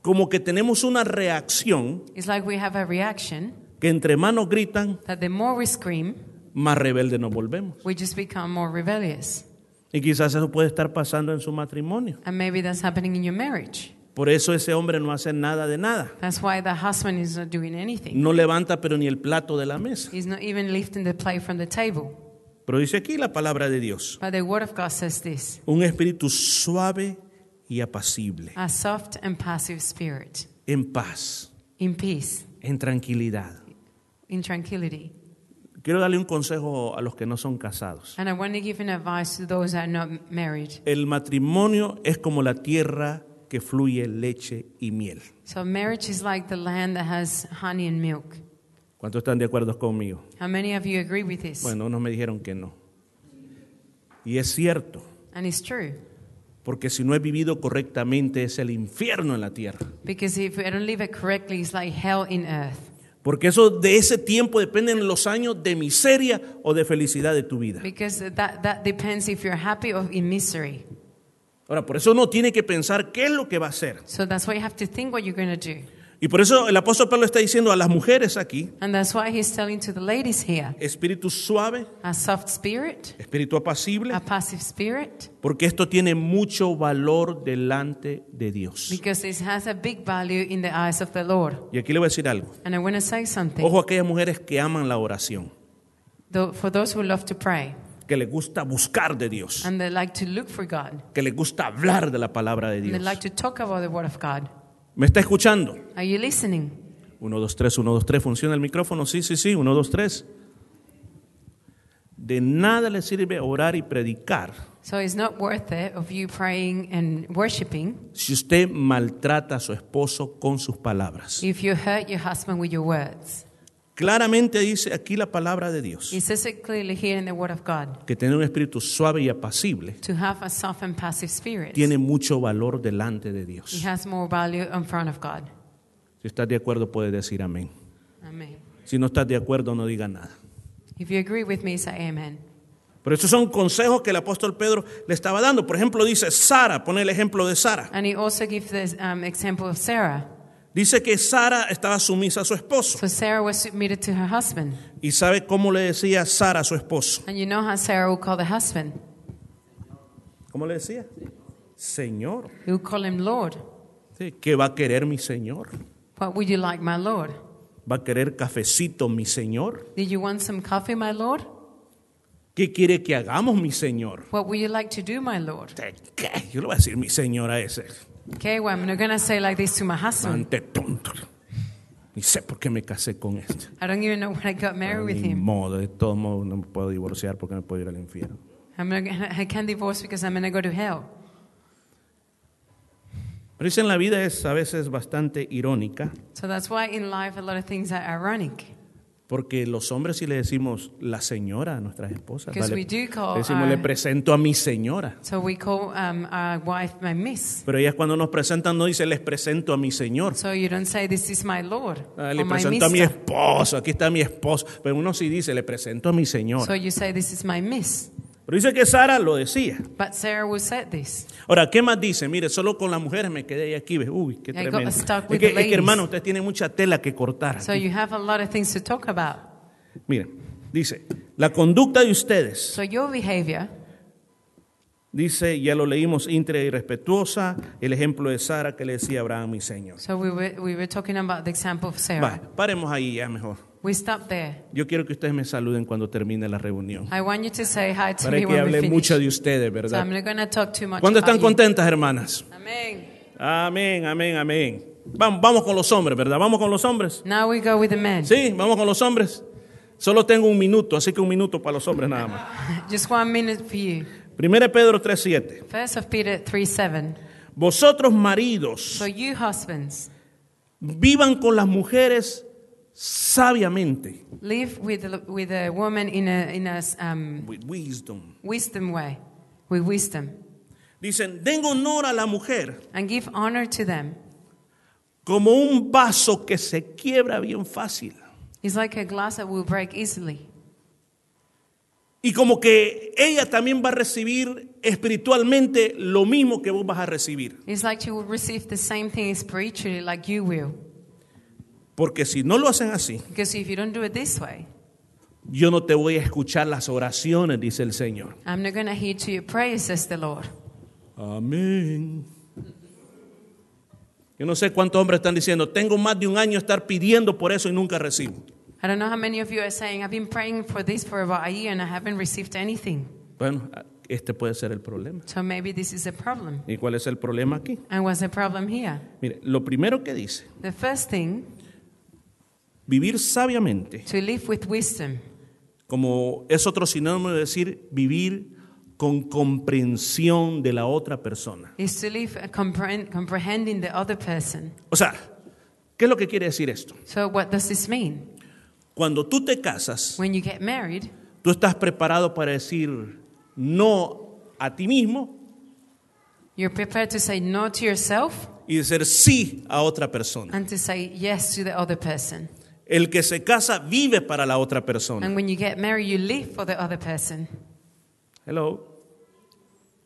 [SPEAKER 1] como que tenemos una reacción
[SPEAKER 2] it's like we have a reaction
[SPEAKER 1] que entre manos gritan,
[SPEAKER 2] that the more we scream,
[SPEAKER 1] más rebelde nos volvemos.
[SPEAKER 2] we just become more rebellious.
[SPEAKER 1] Y quizás eso puede estar pasando en su matrimonio.
[SPEAKER 2] And maybe that's happening in your marriage.
[SPEAKER 1] Por eso ese hombre no hace nada de nada.
[SPEAKER 2] That's why the husband is not doing anything.
[SPEAKER 1] No levanta pero ni el plato de la mesa.
[SPEAKER 2] He's not even lifting the plate from the table.
[SPEAKER 1] Pero dice aquí la palabra de Dios.
[SPEAKER 2] But the word of God says this
[SPEAKER 1] Un espíritu suave y apacible.
[SPEAKER 2] a soft and passive spirit,
[SPEAKER 1] En paz,
[SPEAKER 2] in peace,
[SPEAKER 1] en tranquilidad.
[SPEAKER 2] in tranquility.
[SPEAKER 1] Quiero darle un consejo a los que no son casados.
[SPEAKER 2] And I want to give an advice to those that are not married.
[SPEAKER 1] El matrimonio es como la tierra que fluye leche y miel.
[SPEAKER 2] So marriage is like the land that has honey and milk.
[SPEAKER 1] ¿Cuántos están de acuerdo conmigo?
[SPEAKER 2] How many of you agree with this?
[SPEAKER 1] Bueno, unos me dijeron que no. Y es cierto,
[SPEAKER 2] And it's true.
[SPEAKER 1] porque si no he vivido correctamente es el infierno en la tierra.
[SPEAKER 2] Because if we don't live it correctly, it's like hell in earth.
[SPEAKER 1] Porque eso de ese tiempo dependen los años de miseria o de felicidad de tu vida.
[SPEAKER 2] Because that, that depends if you're happy or in misery.
[SPEAKER 1] Ahora, por eso uno tiene que pensar qué es lo que va a hacer.
[SPEAKER 2] So that's why you have to think what you're going to do.
[SPEAKER 1] Y por eso el apóstol Pablo está diciendo a las mujeres aquí,
[SPEAKER 2] And that's why he's telling to the ladies here
[SPEAKER 1] espíritu suave,
[SPEAKER 2] a soft spirit,
[SPEAKER 1] espíritu apacible,
[SPEAKER 2] a passive spirit,
[SPEAKER 1] porque esto tiene mucho valor delante de Dios.
[SPEAKER 2] because it has a big value in the eyes of the Lord.
[SPEAKER 1] Y aquí le voy a decir algo.
[SPEAKER 2] And I want to say something
[SPEAKER 1] Ojo a aquellas mujeres que aman la oración,
[SPEAKER 2] though, for those who love to pray
[SPEAKER 1] que les gusta buscar de Dios,
[SPEAKER 2] and they like to look for God
[SPEAKER 1] que les gusta hablar de la palabra de
[SPEAKER 2] and they
[SPEAKER 1] Dios.
[SPEAKER 2] like to talk about the Word of God.
[SPEAKER 1] ¿Me está escuchando?
[SPEAKER 2] Are you listening?
[SPEAKER 1] 1, 2, 3, 1, 2, 3. ¿Funciona el micrófono? Sí, sí, sí. 1, 2, 3. De nada le sirve orar y predicar
[SPEAKER 2] So it's not worth it of you praying and worshiping
[SPEAKER 1] si usted maltrata a su esposo con sus palabras.
[SPEAKER 2] if you hurt your husband with your words.
[SPEAKER 1] Claramente dice aquí la palabra de Dios
[SPEAKER 2] It says it clearly here in the Word of God
[SPEAKER 1] que tener un espíritu suave y apacible
[SPEAKER 2] to have a soft and passive spirit.
[SPEAKER 1] tiene mucho valor delante de
[SPEAKER 2] It
[SPEAKER 1] Dios.
[SPEAKER 2] has more value in front of God.
[SPEAKER 1] Si estás de acuerdo, puedes decir amén.
[SPEAKER 2] Amen.
[SPEAKER 1] Si no estás de acuerdo, no diga nada.
[SPEAKER 2] If you agree with me, say amen.
[SPEAKER 1] Pero estos son consejos que el apóstol Pedro le estaba dando. Por ejemplo, dice Sara, pone el ejemplo de Sara.
[SPEAKER 2] And he also gives the um, example of Sarah.
[SPEAKER 1] Dice que Sara estaba sumisa a su esposo.
[SPEAKER 2] So Sarah was submitted to her husband.
[SPEAKER 1] ¿Y sabe cómo le decía Sara a su esposo?
[SPEAKER 2] And you know how Sarah will call the husband.
[SPEAKER 1] ¿Cómo le decía? Señor.
[SPEAKER 2] He will call him Lord.
[SPEAKER 1] Sí, ¿Qué va a querer mi señor?
[SPEAKER 2] What would you like, my Lord?
[SPEAKER 1] ¿Va a querer cafecito mi señor?
[SPEAKER 2] Did you want some coffee, my Lord?
[SPEAKER 1] ¿Qué quiere que hagamos mi señor?
[SPEAKER 2] What would you like to do, my Lord?
[SPEAKER 1] ¿Qué? Yo le voy a decir mi señor a ese.
[SPEAKER 2] Okay, women are going to say like this to my husband.
[SPEAKER 1] Ante tonto. Ni sé por qué me casé con este.
[SPEAKER 2] I don't even know when I got married with
[SPEAKER 1] Ni
[SPEAKER 2] him.
[SPEAKER 1] modo, de todos modos no me puedo divorciar porque me puedo ir al infierno.
[SPEAKER 2] I'm not gonna, I can't divorce because I'm going to go to hell.
[SPEAKER 1] Pero dicen, la vida es a veces bastante irónica
[SPEAKER 2] So that's why in life a lot of things are ironic.
[SPEAKER 1] porque los hombres si le decimos la señora a nuestras esposas,
[SPEAKER 2] Because
[SPEAKER 1] la
[SPEAKER 2] we do call
[SPEAKER 1] le decimos
[SPEAKER 2] our-
[SPEAKER 1] le presento a mi señora.
[SPEAKER 2] So we call um, our wife my miss.
[SPEAKER 1] Pero ellas cuando nos presentan no dicen les presento a mi señor.
[SPEAKER 2] So you don't say this is my lord
[SPEAKER 1] Ah,
[SPEAKER 2] or
[SPEAKER 1] le
[SPEAKER 2] my
[SPEAKER 1] presento a mi
[SPEAKER 2] mister.
[SPEAKER 1] esposo, aquí está mi esposo. Pero uno sí dice, le presento a mi señor.
[SPEAKER 2] So you say this is my miss.
[SPEAKER 1] Pero dice que Sara lo decía.
[SPEAKER 2] But Sarah will say this.
[SPEAKER 1] Ahora, ¿qué más dice? Mire, solo con las mujeres me quedé ahí aquí. ¿ves? Uy, qué
[SPEAKER 2] I got
[SPEAKER 1] tremendo. Es
[SPEAKER 2] stuck
[SPEAKER 1] que,
[SPEAKER 2] with the
[SPEAKER 1] es que,
[SPEAKER 2] ladies.
[SPEAKER 1] hermano, usted tiene mucha tela que cortar.
[SPEAKER 2] So you have a lot of things to talk about.
[SPEAKER 1] Miren, dice, la conducta de ustedes,
[SPEAKER 2] So your behavior,
[SPEAKER 1] dice, ya lo leímos, íntegra y respetuosa, el ejemplo de Sara que le decía a Abraham, mi señor.
[SPEAKER 2] so we were, we were talking about the example of Sarah.
[SPEAKER 1] Va, paremos ahí ya mejor.
[SPEAKER 2] We stop there.
[SPEAKER 1] Yo quiero que ustedes me saluden cuando termine la reunión.
[SPEAKER 2] I want you to say hi to
[SPEAKER 1] Para
[SPEAKER 2] me
[SPEAKER 1] que
[SPEAKER 2] when we
[SPEAKER 1] hable
[SPEAKER 2] finish.
[SPEAKER 1] mucho de ustedes,
[SPEAKER 2] so
[SPEAKER 1] ¿verdad?
[SPEAKER 2] I'm not going to talk too much
[SPEAKER 1] ¿Cuándo
[SPEAKER 2] about
[SPEAKER 1] están
[SPEAKER 2] you.
[SPEAKER 1] contentas, hermanas?
[SPEAKER 2] Amen.
[SPEAKER 1] Amén, amén, amén. Vamos, vamos con los hombres, ¿verdad? Vamos con los hombres.
[SPEAKER 2] Now we go with the men.
[SPEAKER 1] Sí, vamos con los hombres. Solo tengo un minuto, así que un minuto para los hombres nada más.
[SPEAKER 2] Just one minute for you.
[SPEAKER 1] Primera de Pedro 3:7.
[SPEAKER 2] First of Peter 3 7.
[SPEAKER 1] Vosotros maridos,
[SPEAKER 2] So you husbands,
[SPEAKER 1] vivan con las mujeres sabiamente.
[SPEAKER 2] live with, the- with a woman in a, in a um,
[SPEAKER 1] With wisdom.
[SPEAKER 2] wisdom way, with wisdom,
[SPEAKER 1] Dicen, den honor a la mujer
[SPEAKER 2] and give honor to them.
[SPEAKER 1] como un vaso que se quiebra bien fácil
[SPEAKER 2] It's like a glass that will break easily.
[SPEAKER 1] y como que ella también va a recibir espiritualmente lo mismo que vos vas a recibir.
[SPEAKER 2] It's like you will receive the same thing spiritually, like you will.
[SPEAKER 1] Porque si no lo hacen así,
[SPEAKER 2] Because if you don't do it this way,
[SPEAKER 1] Yo no te voy a escuchar las oraciones, dice el Señor.
[SPEAKER 2] I'm not going to hear to your prayers, says the Lord.
[SPEAKER 1] Amén. Yo no sé cuántos hombres están diciendo, tengo más de un año estar pidiendo por eso y nunca recibo.
[SPEAKER 2] I don't know how many of you are saying, I've been praying for this for about a year and I haven't received anything.
[SPEAKER 1] Bueno, este puede ser el problema.
[SPEAKER 2] So maybe this is a problem.
[SPEAKER 1] ¿Y cuál es el problema aquí?
[SPEAKER 2] And what's the problem here?
[SPEAKER 1] Mire, lo primero que dice,
[SPEAKER 2] The first thing,
[SPEAKER 1] vivir sabiamente,
[SPEAKER 2] to live with wisdom.
[SPEAKER 1] como es otro sinónimo de decir vivir con comprensión de la otra persona.
[SPEAKER 2] is to live comprehend, comprehending the other person.
[SPEAKER 1] O sea, ¿qué es lo que quiere decir esto?
[SPEAKER 2] So, what does this mean?
[SPEAKER 1] Cuando tú te casas,
[SPEAKER 2] When you get married,
[SPEAKER 1] Tú estás preparado para decir no a ti mismo
[SPEAKER 2] you're prepared to say no to yourself
[SPEAKER 1] y decir sí a otra persona.
[SPEAKER 2] and to say yes to the other person.
[SPEAKER 1] El que se casa vive para la otra persona.
[SPEAKER 2] And when you get married, you live for the other person.
[SPEAKER 1] Hello.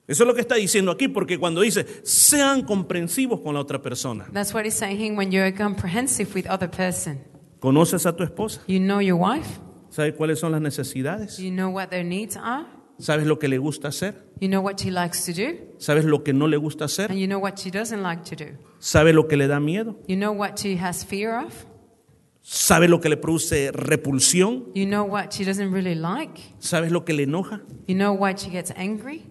[SPEAKER 1] Eso es lo que está diciendo aquí, porque cuando dice sean comprensivos con la otra persona,
[SPEAKER 2] That's what he's saying when you're comprehensive with other person.
[SPEAKER 1] conoces a tu esposa,
[SPEAKER 2] You know your wife,
[SPEAKER 1] sabes cuáles son las necesidades,
[SPEAKER 2] you know what their needs are,
[SPEAKER 1] sabes lo que le gusta hacer,
[SPEAKER 2] you know what she likes to do,
[SPEAKER 1] sabes lo que no le gusta hacer,
[SPEAKER 2] and you know what she doesn't like to do.
[SPEAKER 1] sabes lo que le da miedo,
[SPEAKER 2] You know what she has fear of,
[SPEAKER 1] sabes lo que le produce repulsión,
[SPEAKER 2] you know what she doesn't really like,
[SPEAKER 1] sabes lo que le enoja
[SPEAKER 2] you know why she gets angry,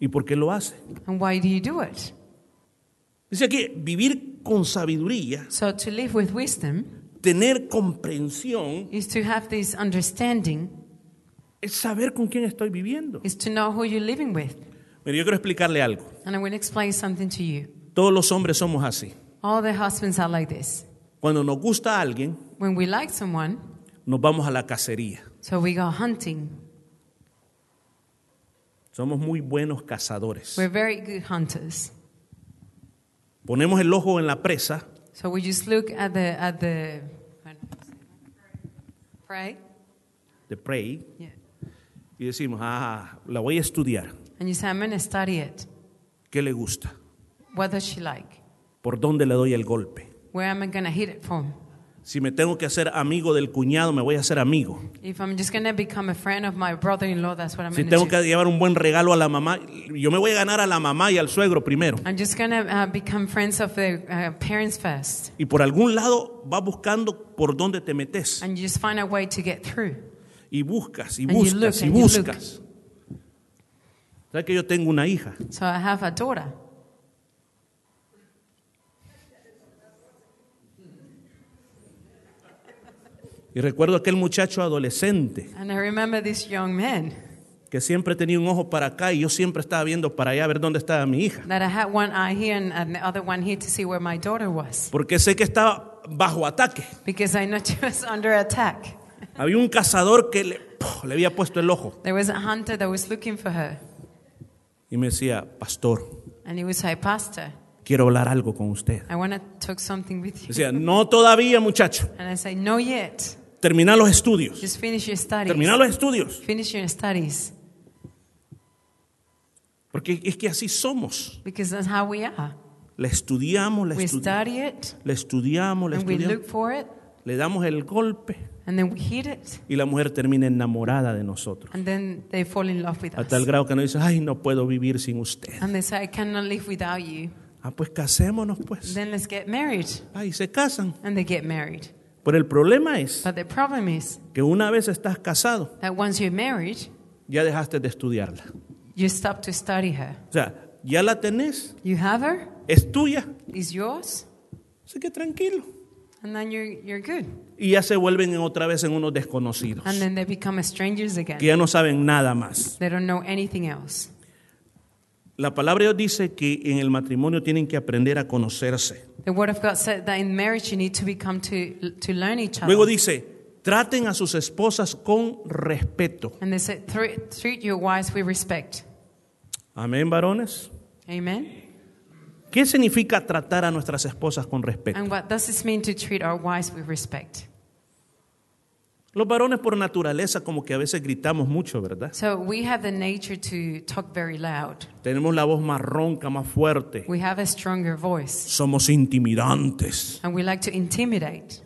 [SPEAKER 1] y por qué lo hace.
[SPEAKER 2] and why do you do it.
[SPEAKER 1] Dice aquí, vivir con sabiduría,
[SPEAKER 2] So to live with wisdom
[SPEAKER 1] tener comprensión,
[SPEAKER 2] is to have this understanding,
[SPEAKER 1] es saber con quién estoy viviendo.
[SPEAKER 2] is to know who you're living with.
[SPEAKER 1] Mire, yo quiero explicarle algo.
[SPEAKER 2] And I will explain something to you.
[SPEAKER 1] Todos los hombres somos así.
[SPEAKER 2] All the husbands are like this.
[SPEAKER 1] Cuando nos gusta a alguien,
[SPEAKER 2] When we like someone,
[SPEAKER 1] nos vamos a la cacería.
[SPEAKER 2] so we go hunting.
[SPEAKER 1] Somos muy buenos cazadores.
[SPEAKER 2] We're very good hunters.
[SPEAKER 1] Ponemos el ojo en la presa
[SPEAKER 2] So we just look at the at the prey.
[SPEAKER 1] de prey
[SPEAKER 2] Yeah.
[SPEAKER 1] y decimos, ah, la voy a estudiar.
[SPEAKER 2] And you say, I'm gonna study it.
[SPEAKER 1] ¿Qué le gusta?
[SPEAKER 2] What does she like?
[SPEAKER 1] ¿Por dónde le doy el golpe?
[SPEAKER 2] Where am I gonna hit it from?
[SPEAKER 1] Si me tengo que hacer amigo del cuñado, me voy a hacer amigo.
[SPEAKER 2] If I'm just gonna become a friend of my brother-in-law, that's what I'm
[SPEAKER 1] Si
[SPEAKER 2] gonna
[SPEAKER 1] tengo
[SPEAKER 2] do.
[SPEAKER 1] que llevar un buen regalo a la mamá, yo me voy a ganar a la mamá y al suegro primero.
[SPEAKER 2] I'm just gonna uh, become friends of the uh, parents first,
[SPEAKER 1] Y por algún lado vas buscando por dónde te metes.
[SPEAKER 2] and you just find a way to get through.
[SPEAKER 1] Y buscas, y
[SPEAKER 2] And you
[SPEAKER 1] buscas,
[SPEAKER 2] look,
[SPEAKER 1] y
[SPEAKER 2] and you look.
[SPEAKER 1] buscas. ¿Sabes que yo tengo una hija?
[SPEAKER 2] So I have a daughter.
[SPEAKER 1] Y recuerdo aquel muchacho adolescente
[SPEAKER 2] And I remember this young man
[SPEAKER 1] que siempre tenía un ojo para acá y yo siempre estaba viendo para allá a ver dónde estaba mi hija.
[SPEAKER 2] that I had one eye here and, and the other one here to see where my daughter was
[SPEAKER 1] Porque sé que estaba bajo ataque.
[SPEAKER 2] because I know she was under attack.
[SPEAKER 1] Había un cazador que le, ¡puf! le había puesto el ojo
[SPEAKER 2] There was a hunter that was looking for her
[SPEAKER 1] y me decía, pastor,
[SPEAKER 2] and he was like, Pastor,
[SPEAKER 1] quiero hablar algo con usted.
[SPEAKER 2] I want to talk something with you.
[SPEAKER 1] Decía, no todavía muchacho,
[SPEAKER 2] And I say, No, yet.
[SPEAKER 1] termina los estudios,
[SPEAKER 2] Just finish your studies.
[SPEAKER 1] termina los estudios.
[SPEAKER 2] Finish your studies
[SPEAKER 1] Porque es que así somos.
[SPEAKER 2] because that's how we are.
[SPEAKER 1] La estudiamos, la
[SPEAKER 2] We
[SPEAKER 1] estudiamos,
[SPEAKER 2] study it
[SPEAKER 1] la estudiamos, la
[SPEAKER 2] and we
[SPEAKER 1] estudiamos.
[SPEAKER 2] look for it
[SPEAKER 1] Le damos el golpe
[SPEAKER 2] and then we hit it
[SPEAKER 1] y la mujer termina enamorada de nosotros.
[SPEAKER 2] and then they fall in love with
[SPEAKER 1] A tal
[SPEAKER 2] us.
[SPEAKER 1] grado que nos dice, ay, no puedo vivir sin usted.
[SPEAKER 2] And they say, I cannot live without you.
[SPEAKER 1] Ah, pues casémonos pues.
[SPEAKER 2] Then let's get married.
[SPEAKER 1] Ah, y se casan.
[SPEAKER 2] And they get married.
[SPEAKER 1] Pero el problema es
[SPEAKER 2] But the problem is
[SPEAKER 1] que una vez estás casado,
[SPEAKER 2] that once you're married,
[SPEAKER 1] ya dejaste de estudiarla.
[SPEAKER 2] you stop to study her.
[SPEAKER 1] O sea, ya la tenés,
[SPEAKER 2] You have her,
[SPEAKER 1] es tuya,
[SPEAKER 2] is yours,
[SPEAKER 1] así que tranquilo.
[SPEAKER 2] and then you're, you're good.
[SPEAKER 1] Y ya se vuelven otra vez en unos desconocidos,
[SPEAKER 2] And then they become strangers
[SPEAKER 1] que
[SPEAKER 2] again.
[SPEAKER 1] ya no saben nada más.
[SPEAKER 2] They don't know anything else.
[SPEAKER 1] La palabra de Dios dice que en el matrimonio tienen que aprender a conocerse.
[SPEAKER 2] The Word of God said that in marriage you need to become to, to learn each other.
[SPEAKER 1] Luego dice, traten a sus esposas con respeto.
[SPEAKER 2] and they said, treat, treat your wives with respect.
[SPEAKER 1] Amén, varones.
[SPEAKER 2] Amen?
[SPEAKER 1] ¿Qué significa tratar a nuestras esposas con respeto?
[SPEAKER 2] And what does this mean to treat our wives with respect?
[SPEAKER 1] Los varones por naturaleza como que a veces gritamos mucho, ¿verdad?
[SPEAKER 2] So we have the nature to talk very loud.
[SPEAKER 1] Tenemos la voz más ronca, más fuerte.
[SPEAKER 2] We have a stronger voice.
[SPEAKER 1] Somos intimidantes.
[SPEAKER 2] And we like to intimidate.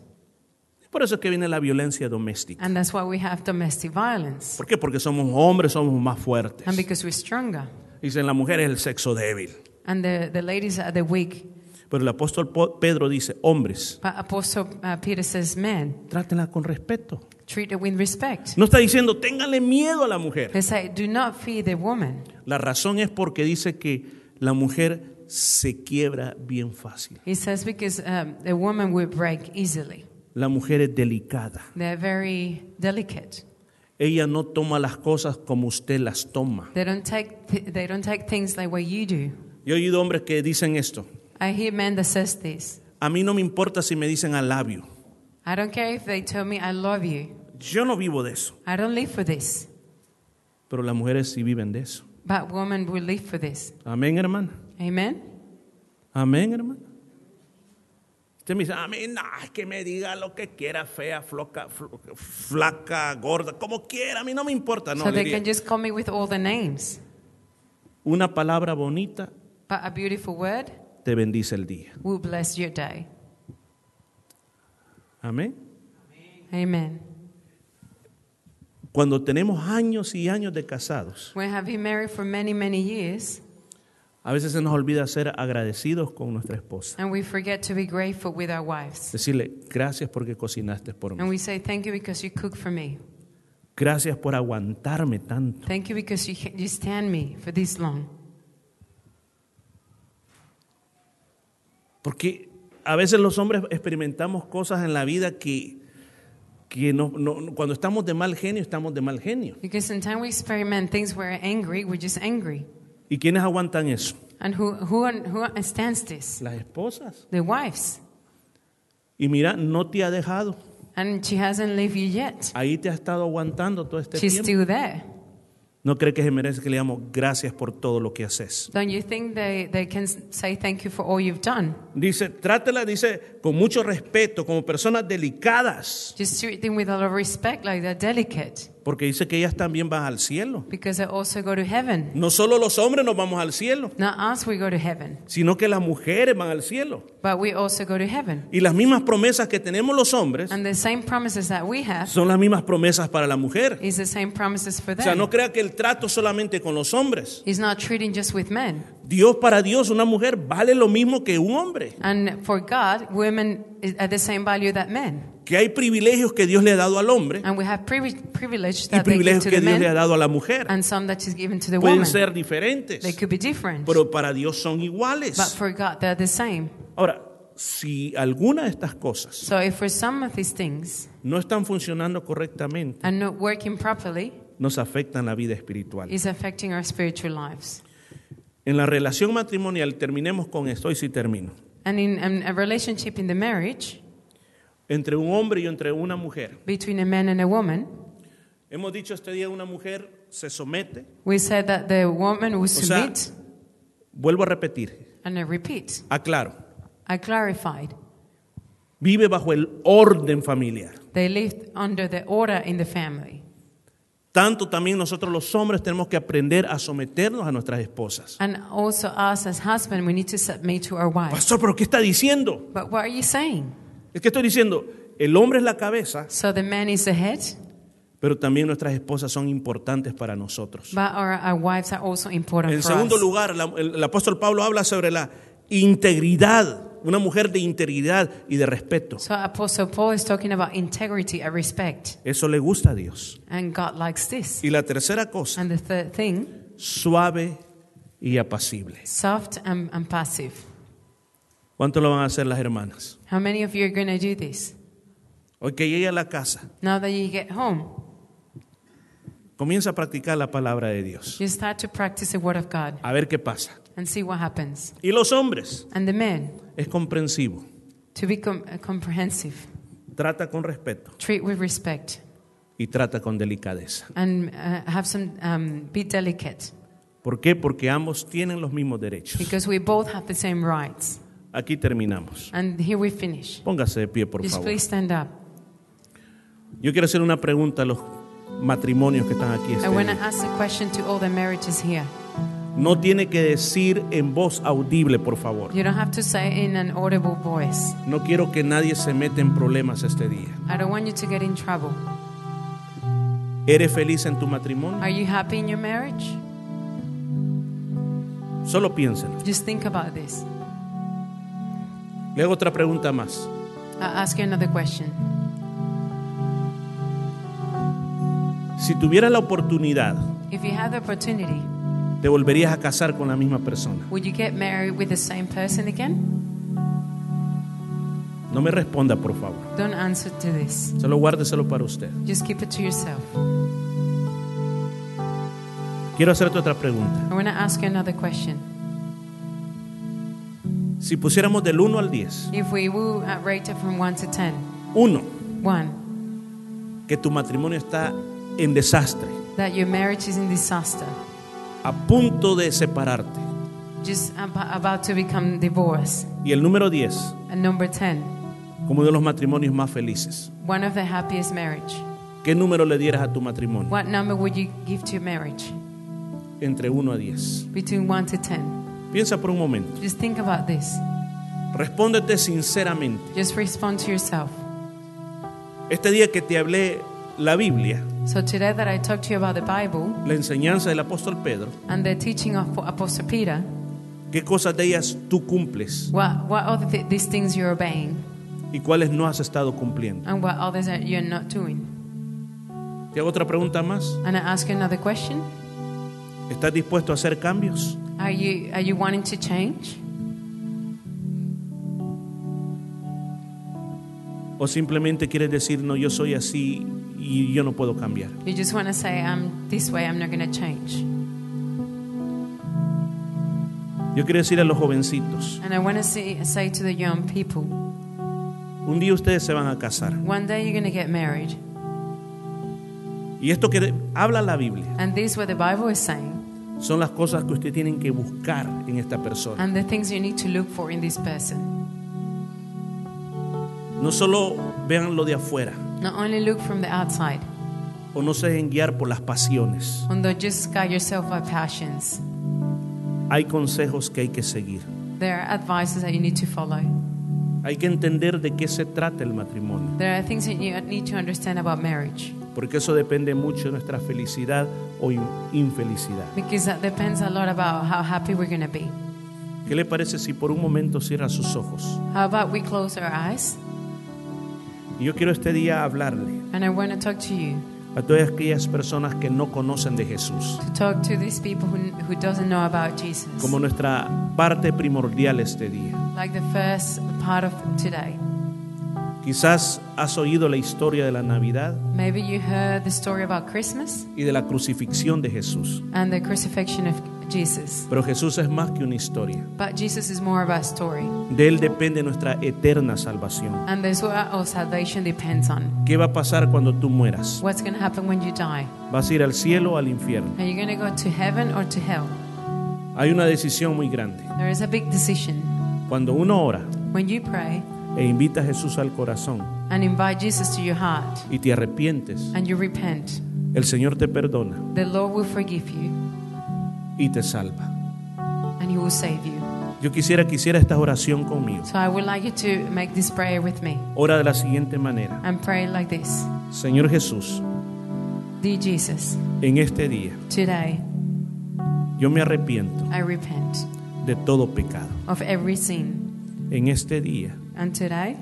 [SPEAKER 1] Por eso es que viene la violencia doméstica.
[SPEAKER 2] And that's why we have domestic violence.
[SPEAKER 1] ¿Por qué? Porque somos hombres, somos más fuertes.
[SPEAKER 2] And because we're stronger.
[SPEAKER 1] Dicen, la mujer es el sexo débil.
[SPEAKER 2] And the, the ladies are the weak.
[SPEAKER 1] Pero el apóstol Po- Pedro dice, hombres,
[SPEAKER 2] But Apostle uh, Peter says, men,
[SPEAKER 1] trátenla con respeto.
[SPEAKER 2] treat it with respect.
[SPEAKER 1] No está diciendo, ténganle miedo a la mujer.
[SPEAKER 2] They say, do not fear the woman.
[SPEAKER 1] La razón es porque dice que la mujer se quiebra bien fácil.
[SPEAKER 2] He says, because um, the woman will break easily.
[SPEAKER 1] La mujer es delicada.
[SPEAKER 2] They're very delicate.
[SPEAKER 1] Ella no toma las cosas como usted las toma.
[SPEAKER 2] They don't take, th- they don't take things like what you do.
[SPEAKER 1] Yo he oído hombres que dicen esto.
[SPEAKER 2] I hear men that says this.
[SPEAKER 1] A mí no me importa si me dicen al labio.
[SPEAKER 2] I don't care if they tell me I love you.
[SPEAKER 1] Yo no vivo de eso.
[SPEAKER 2] I don't live for this.
[SPEAKER 1] Pero las mujeres sí viven de eso.
[SPEAKER 2] But women will live for this.
[SPEAKER 1] Amén, hermana.
[SPEAKER 2] Amen?
[SPEAKER 1] Amén, hermana. Usted me dice, amén, no, es que me diga lo que quiera, fea, floca, fl- flaca, gorda, como quiera, a mí no me importa. No,
[SPEAKER 2] so
[SPEAKER 1] le
[SPEAKER 2] they
[SPEAKER 1] diría.
[SPEAKER 2] can just call me with all the names.
[SPEAKER 1] Una palabra bonita
[SPEAKER 2] But a beautiful word
[SPEAKER 1] te bendice el día.
[SPEAKER 2] will bless your day.
[SPEAKER 1] Amén.
[SPEAKER 2] Amen.
[SPEAKER 1] Cuando tenemos años y años de casados,
[SPEAKER 2] We have been married for many, many years,
[SPEAKER 1] a veces se nos olvida ser agradecidos con nuestra esposa.
[SPEAKER 2] and we forget to be grateful with our wives.
[SPEAKER 1] Decirle, gracias porque cocinaste por
[SPEAKER 2] And
[SPEAKER 1] mí.
[SPEAKER 2] we say, Thank you because you cook for me.
[SPEAKER 1] Gracias por aguantarme tanto.
[SPEAKER 2] Thank you because you, you stand me for this long.
[SPEAKER 1] Porque a veces los hombres experimentamos cosas en la vida que, que no, no- cuando estamos de mal genio, estamos de mal genio.
[SPEAKER 2] Because sometimes we experiment things we're angry, we're just angry.
[SPEAKER 1] ¿Y quiénes aguantan eso?
[SPEAKER 2] And who, who, who understands this?
[SPEAKER 1] Las esposas.
[SPEAKER 2] The wives.
[SPEAKER 1] Y mira, no te ha dejado.
[SPEAKER 2] And she hasn't left you yet.
[SPEAKER 1] Ahí te ha estado aguantando todo este
[SPEAKER 2] She's
[SPEAKER 1] tiempo.
[SPEAKER 2] still there.
[SPEAKER 1] No cree que se merece que le digamos gracias por todo lo que haces.
[SPEAKER 2] Don't you think they, they can say thank you for all you've done?
[SPEAKER 1] Dice, trátela, dice, con mucho respeto, como personas delicadas,
[SPEAKER 2] Just treat them with a lot of respect, like they're delicate,
[SPEAKER 1] porque dice que ellas también van al cielo.
[SPEAKER 2] because they also go to heaven.
[SPEAKER 1] No solo los hombres nos vamos al cielo,
[SPEAKER 2] Not us, we go to heaven,
[SPEAKER 1] sino que las mujeres van al cielo.
[SPEAKER 2] but we also go to heaven.
[SPEAKER 1] Y las mismas promesas que tenemos los hombres
[SPEAKER 2] And the same promises that we have
[SPEAKER 1] son las mismas promesas para la mujer.
[SPEAKER 2] is the same promises for
[SPEAKER 1] O sea,
[SPEAKER 2] them.
[SPEAKER 1] no crea que el trato solamente con los hombres.
[SPEAKER 2] It's not treating just with men.
[SPEAKER 1] Dios para Dios, una mujer vale lo mismo que un hombre.
[SPEAKER 2] And for God, women is- are the same value that men.
[SPEAKER 1] Que hay privilegios que Dios le ha dado al hombre
[SPEAKER 2] And we have privi- privilege
[SPEAKER 1] y
[SPEAKER 2] that they give
[SPEAKER 1] privilegios
[SPEAKER 2] to
[SPEAKER 1] que
[SPEAKER 2] the
[SPEAKER 1] Dios le ha
[SPEAKER 2] men
[SPEAKER 1] dado a la mujer.
[SPEAKER 2] and some that is given to the
[SPEAKER 1] Pueden
[SPEAKER 2] woman.
[SPEAKER 1] ser
[SPEAKER 2] They
[SPEAKER 1] diferentes,
[SPEAKER 2] could be different,
[SPEAKER 1] pero para Dios son
[SPEAKER 2] but
[SPEAKER 1] iguales.
[SPEAKER 2] for God, they're the same.
[SPEAKER 1] Ahora, si alguna de estas cosas
[SPEAKER 2] So if for some of these things
[SPEAKER 1] no están funcionando correctamente,
[SPEAKER 2] are not working properly,
[SPEAKER 1] nos afectan la vida espiritual.
[SPEAKER 2] it's affecting our spiritual lives.
[SPEAKER 1] En la relación matrimonial, terminemos con esto y si termino,
[SPEAKER 2] And in um, a relationship in the marriage
[SPEAKER 1] entre un hombre y entre una mujer.
[SPEAKER 2] between a man and a woman,
[SPEAKER 1] Hemos dicho este día una mujer se somete,
[SPEAKER 2] we said that the woman will
[SPEAKER 1] sea-
[SPEAKER 2] submit,
[SPEAKER 1] vuelvo a repetir,
[SPEAKER 2] and I repeat,
[SPEAKER 1] aclaro,
[SPEAKER 2] I clarified,
[SPEAKER 1] vive bajo el orden familiar.
[SPEAKER 2] they lived under the order in the family.
[SPEAKER 1] Tanto también nosotros los hombres tenemos que aprender a someternos a nuestras esposas.
[SPEAKER 2] And also us as husband, we need to submit to our wives.
[SPEAKER 1] Pastor, pero ¿qué está diciendo?
[SPEAKER 2] But what are you saying?
[SPEAKER 1] Es que estoy diciendo, el hombre es la cabeza,
[SPEAKER 2] So the man is the head,
[SPEAKER 1] pero también nuestras esposas son importantes para nosotros.
[SPEAKER 2] but our, our wives are also important
[SPEAKER 1] En
[SPEAKER 2] for
[SPEAKER 1] segundo
[SPEAKER 2] us.
[SPEAKER 1] lugar, la- el, el apóstol Pablo habla sobre la integridad, una mujer de integridad y de respeto.
[SPEAKER 2] So Apostle Paul is talking about integrity and respect,
[SPEAKER 1] Eso le gusta a Dios.
[SPEAKER 2] and God likes this.
[SPEAKER 1] Y la tercera cosa,
[SPEAKER 2] And the third thing,
[SPEAKER 1] suave y apacible.
[SPEAKER 2] soft and, and passive.
[SPEAKER 1] ¿Cuánto lo van a hacer las hermanas?
[SPEAKER 2] How many of you are going to do this?
[SPEAKER 1] Hoy que llegue a la casa,
[SPEAKER 2] Now that you get home,
[SPEAKER 1] comienza a practicar la palabra de Dios.
[SPEAKER 2] you start to practice the word of God
[SPEAKER 1] A ver qué pasa.
[SPEAKER 2] and see what happens.
[SPEAKER 1] Y los hombres,
[SPEAKER 2] And the men,
[SPEAKER 1] es comprensivo,
[SPEAKER 2] to be com- uh, comprehensive,
[SPEAKER 1] trata con respeto
[SPEAKER 2] treat with respect,
[SPEAKER 1] y trata con delicadeza.
[SPEAKER 2] and uh, have some, um, be delicate,
[SPEAKER 1] ¿Por qué? Porque ambos tienen los mismos derechos.
[SPEAKER 2] because we both have the same rights.
[SPEAKER 1] Aquí terminamos.
[SPEAKER 2] And here we finish.
[SPEAKER 1] Póngase de pie, por
[SPEAKER 2] Just
[SPEAKER 1] favor.
[SPEAKER 2] please stand up.
[SPEAKER 1] Yo quiero hacer una pregunta a los matrimonios que están aquí. este
[SPEAKER 2] I want to
[SPEAKER 1] día.
[SPEAKER 2] ask a question to all the marriages here.
[SPEAKER 1] No tiene que decir en voz audible, por favor.
[SPEAKER 2] You don't have to say in an audible voice.
[SPEAKER 1] No quiero que nadie se meta en problemas este día.
[SPEAKER 2] I don't want you to get in trouble.
[SPEAKER 1] ¿Eres feliz en tu matrimonio?
[SPEAKER 2] Are you happy in your marriage?
[SPEAKER 1] Solo piénselo.
[SPEAKER 2] Just think about this.
[SPEAKER 1] Le hago otra pregunta más.
[SPEAKER 2] I'll ask you another question.
[SPEAKER 1] Si tuvieras la oportunidad,
[SPEAKER 2] If you had the opportunity,
[SPEAKER 1] ¿te volverías a casar con la misma persona?
[SPEAKER 2] would you get married with the same person again?
[SPEAKER 1] No me responda, por favor.
[SPEAKER 2] Don't answer to this.
[SPEAKER 1] Solo guárdeselo para usted.
[SPEAKER 2] Just keep it to yourself.
[SPEAKER 1] Quiero hacerte otra pregunta.
[SPEAKER 2] I want to ask you another question.
[SPEAKER 1] Si pusiéramos del 1 al 10,
[SPEAKER 2] If we will uh, rate it from 1 to 10,
[SPEAKER 1] 1,
[SPEAKER 2] 1,
[SPEAKER 1] que tu matrimonio está en desastre,
[SPEAKER 2] that your marriage is in disaster,
[SPEAKER 1] a punto de separarte.
[SPEAKER 2] just ab- about to become divorced,
[SPEAKER 1] Y el número 10,
[SPEAKER 2] and number 10,
[SPEAKER 1] como uno de los matrimonios más felices.
[SPEAKER 2] one of the happiest marriage.
[SPEAKER 1] ¿Qué número le dieras a tu matrimonio?
[SPEAKER 2] What number would you give to your marriage?
[SPEAKER 1] Entre 1 a 10.
[SPEAKER 2] Between 1 to 10.
[SPEAKER 1] Piensa por un momento.
[SPEAKER 2] Just think about this.
[SPEAKER 1] Respóndete sinceramente.
[SPEAKER 2] Just respond to yourself.
[SPEAKER 1] Este día que te hablé la Biblia,
[SPEAKER 2] So today that I talked to you about the Bible
[SPEAKER 1] la enseñanza del apóstol Pedro,
[SPEAKER 2] and the teaching of Apostle Peter,
[SPEAKER 1] ¿qué cosas de ellas tú cumples
[SPEAKER 2] what, what are the, these things you're obeying
[SPEAKER 1] y cuáles no has estado cumpliendo?
[SPEAKER 2] and what others that you're not doing?
[SPEAKER 1] Te hago otra pregunta más.
[SPEAKER 2] And I ask you another question.
[SPEAKER 1] ¿Estás dispuesto a hacer cambios?
[SPEAKER 2] Are you, are you wanting to change?
[SPEAKER 1] ¿O simplemente quieres decir, no, yo soy así y yo no puedo cambiar?
[SPEAKER 2] You just want to say, I'm this way, I'm not going to change.
[SPEAKER 1] Yo quiero decir a los jovencitos,
[SPEAKER 2] And I want to say, say to the young people,
[SPEAKER 1] un día ustedes se van a casar.
[SPEAKER 2] one day you're going to get married.
[SPEAKER 1] Y esto que habla la Biblia
[SPEAKER 2] And this is what the Bible is saying,
[SPEAKER 1] son las cosas que ustedes tienen que buscar en esta persona.
[SPEAKER 2] and the things you need to look for in this person.
[SPEAKER 1] No solo vean lo de afuera
[SPEAKER 2] Not only look from the outside,
[SPEAKER 1] o no se dejen guiar por las pasiones.
[SPEAKER 2] although just guide yourself by passions.
[SPEAKER 1] Hay consejos que hay que seguir.
[SPEAKER 2] There are advices that you need to follow.
[SPEAKER 1] Hay que entender de qué se trata el matrimonio,
[SPEAKER 2] There are things that you need to understand about marriage
[SPEAKER 1] porque eso depende mucho de nuestra felicidad o in- infelicidad.
[SPEAKER 2] because that depends a lot about how happy we're going to be.
[SPEAKER 1] ¿Qué le parece si por un momento cierra sus ojos?
[SPEAKER 2] How about we close our eyes?
[SPEAKER 1] Y yo quiero este día hablarle
[SPEAKER 2] And I want to talk to you
[SPEAKER 1] a todas aquellas personas que no conocen de Jesús
[SPEAKER 2] to talk to these people who, who doesn't know about Jesus.
[SPEAKER 1] como nuestra parte primordial este día.
[SPEAKER 2] Like the first part of today.
[SPEAKER 1] Quizás has oído la historia de la Navidad
[SPEAKER 2] Maybe you heard the story about Christmas
[SPEAKER 1] y de la crucifixión de Jesús,
[SPEAKER 2] and the crucifixion of Jesus.
[SPEAKER 1] pero Jesús es más que una historia.
[SPEAKER 2] But Jesus is more about story.
[SPEAKER 1] De él depende nuestra eterna salvación.
[SPEAKER 2] And that's what our salvation depends on.
[SPEAKER 1] ¿Qué va a pasar cuando tú mueras?
[SPEAKER 2] What's going to happen when you die?
[SPEAKER 1] ¿Vas a ir al cielo o al infierno?
[SPEAKER 2] Are you going to go to heaven or to hell?
[SPEAKER 1] Hay una decisión muy grande.
[SPEAKER 2] There is a big decision.
[SPEAKER 1] Cuando uno ora
[SPEAKER 2] When you pray
[SPEAKER 1] e invita a Jesús al corazón
[SPEAKER 2] and invite Jesus to your heart
[SPEAKER 1] y te arrepientes,
[SPEAKER 2] and you repent,
[SPEAKER 1] el Señor te perdona
[SPEAKER 2] the Lord will forgive you
[SPEAKER 1] y te salva.
[SPEAKER 2] and He will save you.
[SPEAKER 1] Yo quisiera que hiciera esta oración conmigo.
[SPEAKER 2] So I would like you to make this prayer with me
[SPEAKER 1] Ora de la siguiente manera.
[SPEAKER 2] and pray like this
[SPEAKER 1] Señor Jesús,
[SPEAKER 2] Dear Jesus,
[SPEAKER 1] en este día
[SPEAKER 2] today
[SPEAKER 1] yo me arrepiento
[SPEAKER 2] I repent
[SPEAKER 1] de todo pecado.
[SPEAKER 2] of every sin.
[SPEAKER 1] En este día
[SPEAKER 2] And today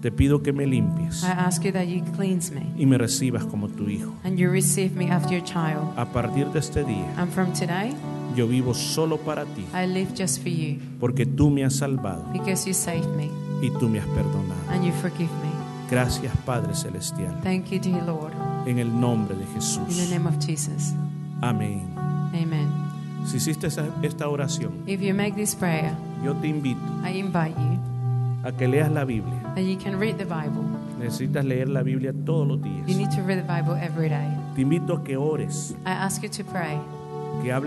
[SPEAKER 1] te pido que me limpies
[SPEAKER 2] I ask you that you cleanse me
[SPEAKER 1] y me recibas como tu hijo.
[SPEAKER 2] and you receive me after your child.
[SPEAKER 1] A partir de este día
[SPEAKER 2] And from today,
[SPEAKER 1] yo vivo solo para ti
[SPEAKER 2] I live just for you
[SPEAKER 1] porque tú me has salvado
[SPEAKER 2] because you saved me
[SPEAKER 1] y tú me has perdonado.
[SPEAKER 2] and you forgive me.
[SPEAKER 1] Gracias Padre Celestial.
[SPEAKER 2] Thank you, dear Lord,
[SPEAKER 1] En el nombre de
[SPEAKER 2] in the
[SPEAKER 1] Jesús.
[SPEAKER 2] name of Jesus.
[SPEAKER 1] Amén.
[SPEAKER 2] Amen.
[SPEAKER 1] Si hiciste esa- esta oración,
[SPEAKER 2] If you make this prayer,
[SPEAKER 1] yo te invito
[SPEAKER 2] I invite you
[SPEAKER 1] a que leas la Biblia.
[SPEAKER 2] that you can read the Bible.
[SPEAKER 1] Necesitas leer la Biblia todos los
[SPEAKER 2] You
[SPEAKER 1] días.
[SPEAKER 2] need to read the Bible every day.
[SPEAKER 1] Te invito a que ores,
[SPEAKER 2] I ask you to pray.
[SPEAKER 1] que hables.